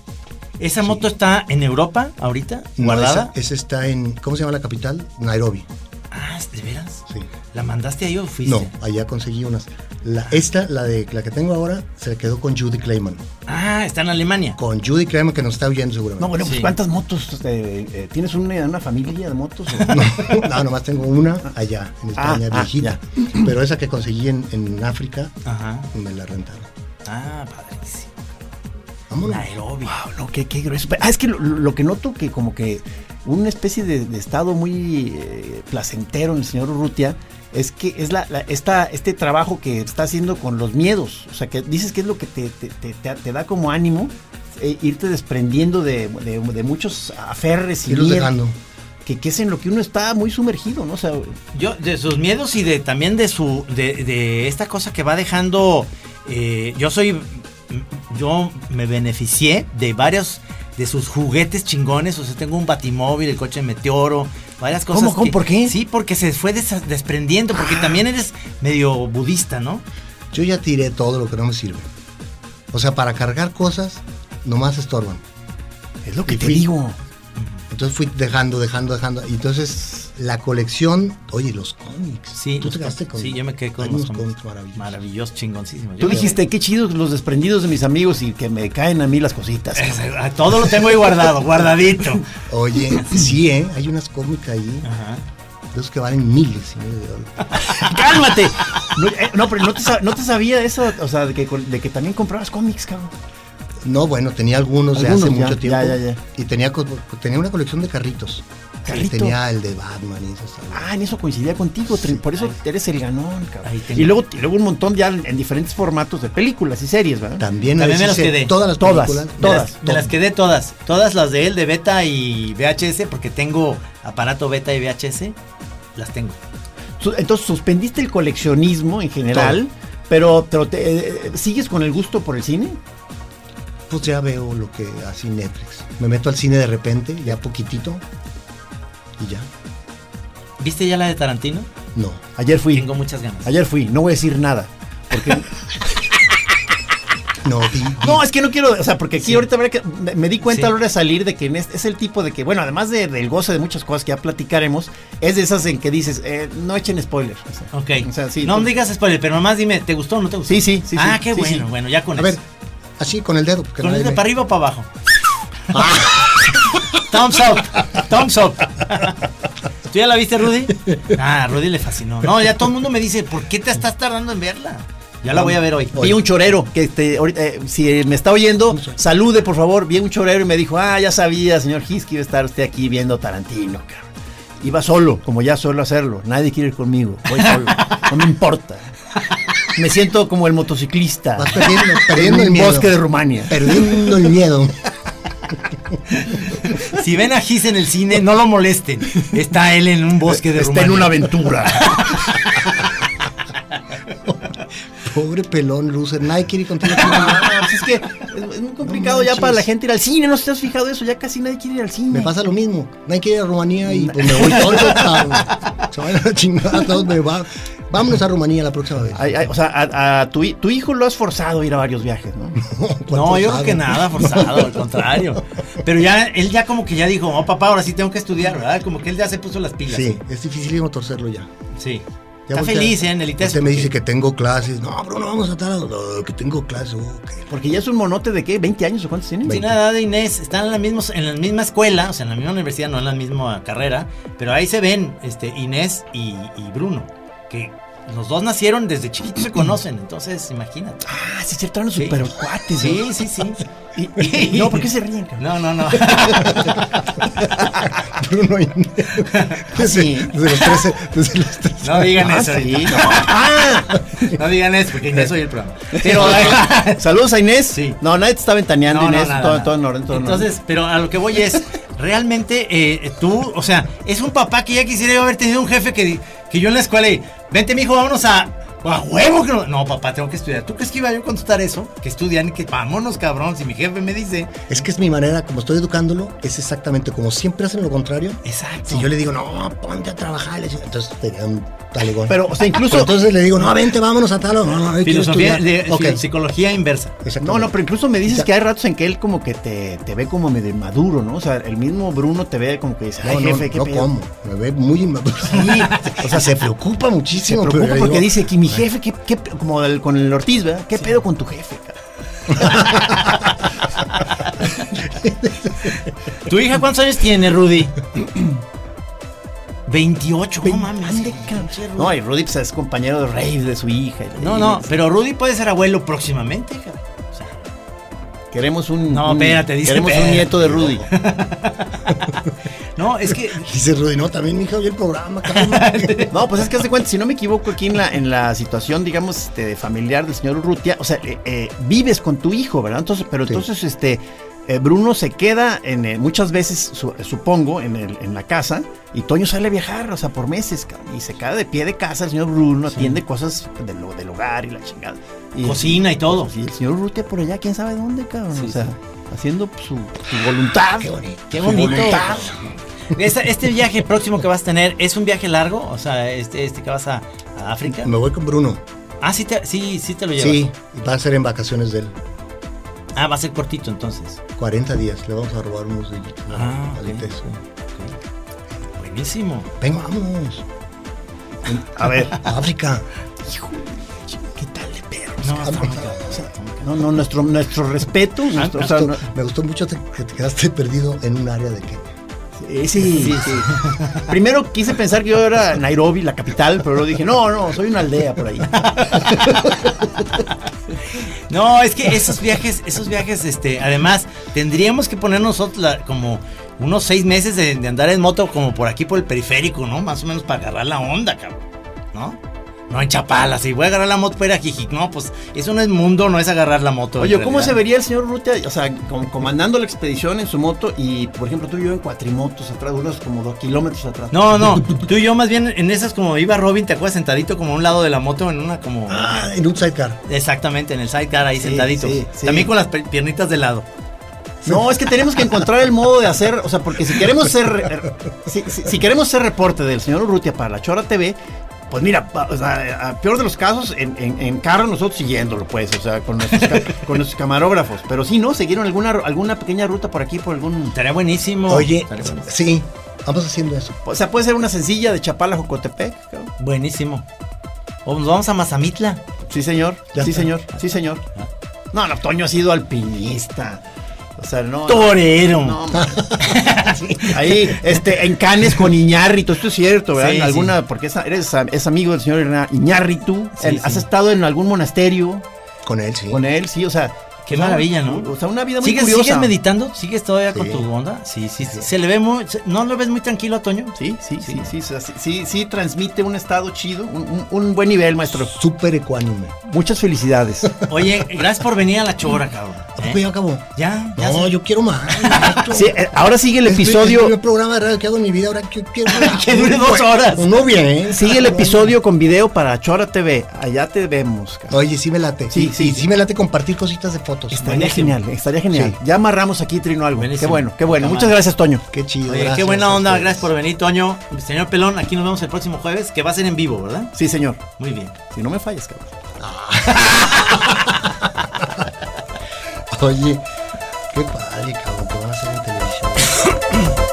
S2: ¿Esa moto está en Europa ahorita?
S4: No,
S2: ¿Guardada?
S4: esa, esa está en, ¿cómo se llama la capital? Nairobi.
S2: Ah, ¿de veras?
S4: Sí.
S2: ¿La mandaste ahí o fuiste?
S4: No, allá conseguí unas. La, esta, la de la que tengo ahora, se quedó con Judy Clayman.
S2: Ah, está en Alemania.
S4: Con Judy Clayman que nos está oyendo seguramente. [LAUGHS]
S3: No, bueno, pues
S2: Sí.
S3: ¿cuántas motos? eh, eh, ¿Tienes una, una familia de motos?
S4: No, no, nomás tengo una allá, en España,
S3: Ah, ah,
S4: viejita. pero esa que conseguí en, en África,
S2: Ajá.
S4: me la rentaron.
S2: Ah, padrísimo.
S4: Vámonos.
S2: Nairobi.
S3: Wow, no, qué, qué grueso. Ah, es que lo, lo que noto que como que una especie de, de estado muy eh, placentero en el señor Urrutia es que es la, la- esta, este trabajo que está haciendo con los miedos. O sea, que dices que es lo que te, te- te- te- te da como ánimo eh, irte desprendiendo de, de- de muchos aferres y
S4: Irlos
S3: miedos,
S4: dejando.
S3: Que, que es en lo que uno está muy sumergido, ¿no? O sea,
S2: Yo, de sus miedos y de también de su. de, de esta cosa que va dejando. eh, yo soy. Yo me beneficié de varios de sus juguetes chingones. O sea, tengo un batimóvil, el coche de meteoro, varias cosas.
S3: ¿Cómo, cómo?
S2: que-
S3: ¿Por qué?
S2: Sí, porque se fue desa- desprendiendo, porque también eres medio budista, ¿no?
S4: Yo ya tiré todo lo que no me sirve. O sea, para cargar cosas, nomás estorban.
S3: es lo
S4: Y
S3: que te
S4: fui-
S3: digo.
S4: Entonces fui dejando, dejando, dejando. Y entonces la colección, oye, los cómics.
S2: Sí,
S4: tú te
S2: los-
S4: quedaste con.
S2: Sí, yo me quedé con
S4: hay
S2: los
S4: unos cómics
S2: cómics
S4: maravillosos.
S2: Maravillosos, chingoncísimos.
S3: Tú
S2: Yo-
S3: dijiste, qué chidos los desprendidos de mis amigos y que me caen a mí las cositas.
S2: Es- a Todo lo tengo ahí guardado, guardadito.
S4: Oye, sí, ¿eh? Hay unas cómics ahí,
S2: Ajá.
S4: de esos que valen miles y miles de dólares.
S3: ¡Cálmate! No, eh, no, pero no te, sa- no te sabía eso, o sea, de que, col- de que también comprabas cómics, cabrón.
S4: No, bueno, tenía algunos, de hace
S3: Algunos, ya,
S4: mucho tiempo.
S3: ya, ya, ya.
S4: Y tenía, co- tenía una colección de carritos.
S3: ¿Carrito?
S4: Tenía el de Batman y esas.
S3: Ah, en eso coincidía contigo, Trin, por eso eres el ganón, cabrón.
S2: Ahí tengo.
S3: Y luego, y luego un montón ya en en diferentes formatos de películas y series, ¿verdad?
S2: También
S4: También,
S2: me
S4: a
S2: los
S4: veces hice
S2: quedé.
S4: todas las
S3: Todas,
S4: películas.
S2: Me
S3: todas.
S2: las- Me las quedé todas. Todas las de él, de beta y VHS, porque tengo aparato beta y VHS. Las tengo.
S3: Su- Entonces suspendiste el coleccionismo en general, pero, pero te- eh, ¿sigues con el gusto por el cine?
S4: Pues ya veo lo que hace Netflix. Me meto al cine de repente, ya poquitito. Y ya.
S2: ¿Viste ya la de Tarantino?
S4: No.
S3: Ayer fui,
S2: Tengo muchas ganas.
S3: ayer fui, no voy a decir nada. Porque,
S2: [LAUGHS]
S4: No, di- di-
S3: no, es que no quiero, o sea, porque aquí ahorita habrá que- me, me di cuenta
S2: Sí.
S3: a la hora de salir de que en este- es el tipo de que, bueno, además de- del goce de muchas cosas que ya platicaremos, es de esas en que dices, eh, no echen spoilers. o sea.
S2: Ok.
S3: O sea, sí,
S2: no
S3: tú-
S2: me digas spoiler, pero nomás dime, ¿te gustó o no te gustó?
S3: Sí, sí, sí,
S2: Ah,
S3: sí,
S2: qué
S3: sí,
S2: bueno,
S3: sí.
S2: bueno, ya con
S4: A
S2: eso.
S4: ver, así con el dedo. porque
S2: ¿Con
S4: nadie
S2: el de
S4: ve.
S2: para arriba o para [LAUGHS] abajo? Ah. Thumbs up, thumbs up. ¿Tú ya la viste, Rudy? Ah, a Rudy le fascinó. No, ya todo el mundo me dice, ¿por qué te estás tardando en verla? Ya la voy a ver hoy.
S3: Vi un chorero que este, ahorita, eh, si me está oyendo, salude por favor. Vi un chorero y me dijo, ah, ya sabía, señor Gis, que iba a estar usted aquí viendo Tarantino, cabrón. Iba solo, como ya suelo hacerlo. Nadie quiere ir conmigo. Voy solo. No me importa. Me siento como el motociclista. [LAUGHS]
S4: Vas perdiendo,
S3: en
S4: perdiendo el
S3: un
S4: miedo.
S3: bosque de Rumania.
S4: Perdiendo el miedo.
S2: Si ven a Gis en el cine, no lo molesten. Está él en un bosque de
S3: Está en
S2: Rumania.
S3: una aventura.
S4: Pobre pelón, loser. Nadie quiere ir contigo.
S3: Ah, pues es que es es muy complicado ya
S4: manches.
S3: para la gente ir al cine. ¿No te has fijado eso? Ya casi nadie quiere ir al cine.
S4: Me pasa lo mismo. Nadie quiere ir a Rumanía y pues me voy
S2: [LAUGHS]
S4: tonto. cabrón. Se van a la chingada, todos me va. Vámonos a Rumanía la próxima vez. [LAUGHS]
S3: Ay, ay, o sea, a, a tu, hi- tu hijo lo has forzado a ir a varios viajes, [LAUGHS] ¿no?
S2: No, yo creo
S4: Forzado.
S2: que nada forzado, al contrario. Pero ya, él ya como que ya dijo, oh papá, ahora sí tengo que estudiar, ¿verdad? Como que él ya se puso las pilas.
S4: Sí, es dificilísimo torcerlo ya.
S2: Sí.
S4: Ya
S2: Está
S4: voltea.
S2: feliz, ¿eh? En el ITES,
S4: Usted me
S2: porque-
S4: dice que tengo clases. No, Bruno, vamos a tal. no, que tengo clases. oh, [LAUGHS] que-
S3: Porque ya es un monote de qué, 20 años o cuántos tiene.
S2: Tiene la edad de Inés, están en la, misma, en la misma escuela, o sea, en la misma universidad, no en la misma carrera, pero ahí se ven este, Inés y, y Bruno, que los dos nacieron desde chiquitos se conocen, entonces imagínate.
S3: Ah, sí, cierto, eran
S2: Sí.
S3: super cuates.
S2: Sí, sí, sí.
S3: Y- y- no, ¿por qué se ríen, cabrón?
S2: No, no,
S3: [LAUGHS]
S2: no. [LAUGHS]
S4: Bruno Inés. Desde, desde los 13. Desde los Ah, 13.
S2: Ah, No digan eso.
S3: Ah, sí, Ah.
S2: ahorita. No digan eso, porque Inés soy el programa. Pero.
S3: Pero, [LAUGHS] saludos a Inés.
S2: Sí.
S3: No, nadie te está ventaneando,
S2: No, no,
S3: Inés.
S2: nada,
S3: todo,
S2: nada.
S3: todo en orden, todo en [LAUGHS]
S2: Entonces, pero a lo que voy es, realmente eh, tú, o sea, es un papá que ya quisiera yo haber tenido un jefe que, di- que yo en la escuela y, vente mijo, vámonos a, a huevo. Que no, no, papá, tengo que estudiar. ¿Tú crees que iba yo a contestar eso? Que estudian y que vámonos, cabrón, si mi jefe me dice.
S4: Es que es mi manera, como estoy educándolo, es exactamente como siempre hacen lo contrario.
S2: Exacto.
S4: Si yo le digo, no, ponte a trabajar, le digo, entonces tenía un talegón.
S3: Pero, o sea, incluso-
S4: Pero entonces le digo, no, vente, vámonos a tal, no, no, yo quiero
S2: Filosofía,
S4: estudiar.
S2: de-
S4: Ok,
S2: fil- psicología
S3: [LAUGHS]
S2: inversa.
S4: exactamente.
S3: No, no, pero incluso me dices
S4: Ya.
S3: que hay ratos en que él como que te, te ve como medio maduro, ¿no? O sea, el mismo Bruno te ve como que dice, ay,
S4: No,
S3: jefe,
S4: no,
S3: qué
S4: no
S3: pedo".
S4: como, me ve muy inmaduro. Sí, [LAUGHS] o sea, se preocupa
S3: Se
S4: muchísimo.
S3: preocupa
S4: pero le
S3: porque
S4: digo,
S3: dice que mi jefe, qué, qué pe- como el- con el Ortiz, ¿verdad? ¿Qué pedo con tu jefe? cara?
S2: [LAUGHS] ¿Tu hija cuántos años tiene, Rudy? [CLEARS THROAT] 28, no mames.
S3: Ande, cabrón. No, y Rudy pues, es compañero de rey de su hija. y-
S2: No,
S3: y-
S2: no, pero Rudy puede ser abuelo próximamente, hija. O sea,
S3: Queremos un...
S2: No,
S3: un-
S2: espérate, dice,
S3: Queremos un
S2: espérate.
S3: nieto de Rudy.
S2: no, es que
S4: Dice Rudy, no, también mi hija oye
S3: [LAUGHS]
S4: el programa, cálmate.
S3: No, pues es que haz de cuenta, si no me equivoco, aquí en la, en la situación, digamos, este, de familiar del señor Urrutia, o sea, eh, eh, vives con tu hijo, ¿verdad? Entonces, pero
S4: Sí.
S3: entonces, este, eh, Bruno se queda en, eh, muchas veces, su- supongo, en, el- en la casa, y Toño sale a viajar, o sea, por meses, cabrón, y se queda de pie de casa, el señor Bruno atiende cosas del, del hogar y la chingada. Y, pues,
S2: Cocina y todo.
S3: Y el señor Urrutia por allá, quién sabe dónde, cabrón, o sea, haciendo pues, su, su voluntad.
S4: Qué bonito.
S2: Qué bonito. esta- este viaje próximo que vas a tener es un viaje largo, o sea, este, este que vas a, a África.
S4: Me voy con Bruno.
S2: Ah, sí te, sí, sí te lo llevas.
S4: Sí, va a ser en vacaciones de él.
S2: Ah, va a ser cortito entonces.
S4: 40 días, le vamos a robar unos deditos. ¿no?
S2: Ah,
S4: Ahorita
S2: ok.
S4: eso.
S2: Buenísimo.
S4: Venga, vámonos.
S3: A ver,
S4: A África.
S3: ¿qué tal de perro?
S2: No, está muy cabrón.
S3: No, no, nuestro, nuestro respeto,
S2: Ah,
S3: nuestro- o sea,
S4: Esto-
S3: no-
S4: Me gustó mucho te- que te quedaste perdido en un área de Kenia.
S3: Eh, sí, sí, sí. [LAUGHS] Primero quise pensar que yo era Nairobi, la capital, pero luego dije, no, no, soy una aldea [LAUGHS] por ahí.
S2: No, es que esos viajes, esos viajes, este, además, tendríamos que poner nosotros la- como unos seis meses de, de andar en moto como por aquí por el periférico, ¿no? Más o menos para agarrar la onda, cabrón. ¿No? No en Chapala, si voy a agarrar la moto para ir a Jijic. No, pues eso no es mundo, no es agarrar la moto. en
S3: Oye, ¿cómo se
S2: realidad.
S3: vería el señor Rutia, o sea, com- comandando la expedición en su moto y, por ejemplo, tú y yo en cuatrimotos atrás, unos como dos kilómetros atrás?
S2: No, no, tú y yo más bien en esas como iba Robin, ¿te acuerdas? Sentadito como a un lado de la moto, en una como...
S4: Ah, en un sidecar.
S2: Exactamente, en el sidecar ahí
S3: Sí,
S2: sentadito.
S3: sí, sí.
S2: También con las pe- piernitas de lado.
S3: No, es que tenemos que encontrar el modo de hacer, o sea, porque si queremos ser, eh, si, si- si queremos ser reporte del señor Urrutia para la Chora TV, pues mira, pa- o sea, a peor de los casos, en, en- en carro nosotros siguiéndolo, pues, o sea, con nuestros,
S4: [LAUGHS]
S3: ca- con nuestros camarógrafos. Pero si no, siguieron alguna, alguna pequeña ruta por aquí, por algún...
S2: Estaría buenísimo.
S4: Oye,
S2: Estaría buenísimo.
S4: sí, vamos haciendo eso.
S3: O sea, puede ser una sencilla de Chapala a Jocotepec. cabrón.
S2: Buenísimo. O nos vamos a Mazamitla.
S3: Sí, señor.
S4: Ya
S3: sí,
S4: está. Ah.
S3: señor. Sí, señor. No, no, Toño ha sido alpinista. O sea, no...
S2: Torero.
S3: No, man. [LAUGHS] Ahí, este, en Canes con Iñárritu, esto es cierto, ¿verdad?
S2: Sí,
S3: En
S2: sí.
S3: alguna, porque es, eres am- es amigo del señor Hernán Iñárritu.
S2: Sí,
S3: El-
S2: sí.
S3: Has estado en algún monasterio
S4: Con él, sí.
S3: con él, sí, o sea.
S2: Qué
S3: o sea,
S2: maravilla, ¿no?
S3: O sea, una vida muy
S2: ¿Sigues,
S3: curiosa.
S2: sigues meditando? ¿Sigues todavía con
S4: Sí.
S2: tu onda? Sí, sí, sí. Se le ve muy. se- ¿No lo ves muy tranquilo a Toño?
S3: Sí, sí, sí, sí, o sea, sí, sí, sí, transmite un estado chido, un, un- un buen nivel, maestro.
S4: Súper ecuánime.
S2: [LAUGHS]
S3: Muchas felicidades.
S2: Oye, gracias por venir a la chora, cabrón.
S4: ¿A
S2: ¿Eh?
S4: poco ya acabó?
S2: Ya, ya.
S4: No,
S2: se-
S4: yo quiero más. esto-
S3: Sí, eh, ahora sigue el
S4: es mi- Es
S3: episodio.
S4: el primer programa de radio que hago en mi vida. Ahora que quiero más.
S2: Que dure dos horas.
S4: No bien, ¿eh?
S3: Sigue el
S4: Cabrón.
S3: episodio con video para Chora TV. Allá te vemos. cara.
S4: Oye, sí me late.
S3: Sí,
S4: Sí,
S3: sí,
S4: sí.
S3: sí.
S4: Sí me late compartir cositas de fotos.
S3: Estaría genial, estaría genial. Ya amarramos aquí, Trino, algo. Qué
S2: Buenísimo.
S3: bueno, qué bueno.
S2: Poca
S3: Muchas
S2: madre.
S3: gracias, Toño.
S4: Qué chido.
S2: Oye, qué
S4: gracias
S2: buena
S4: a
S2: onda.
S4: ustedes.
S2: Gracias por venir, Toño. Señor Pelón, aquí nos vemos el próximo jueves, que va a ser en vivo, ¿verdad?
S3: Sí, señor.
S2: Muy bien.
S3: Si no me fallas, cabrón.
S4: Oye, qué padre, cabrón, que van a hacer en televisión.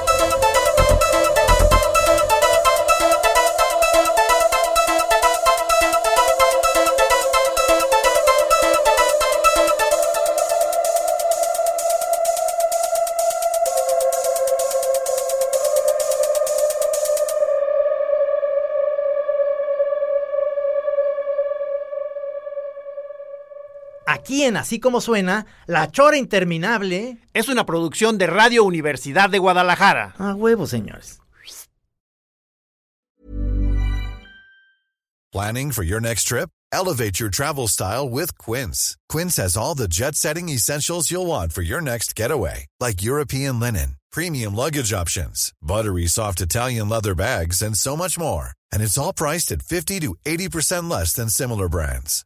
S2: Aquí en Así Como Suena, La Chora Interminable.
S3: Es una producción de Radio Universidad de Guadalajara.
S2: A Ah, huevo, señores.
S6: Planning for your next trip? Elevate your travel style with Quince. Quince has all the jet setting essentials you'll want for your next getaway, like European linen, premium luggage options, buttery soft Italian leather bags, and so much more. And it's all priced at 50 to 80% less than similar brands.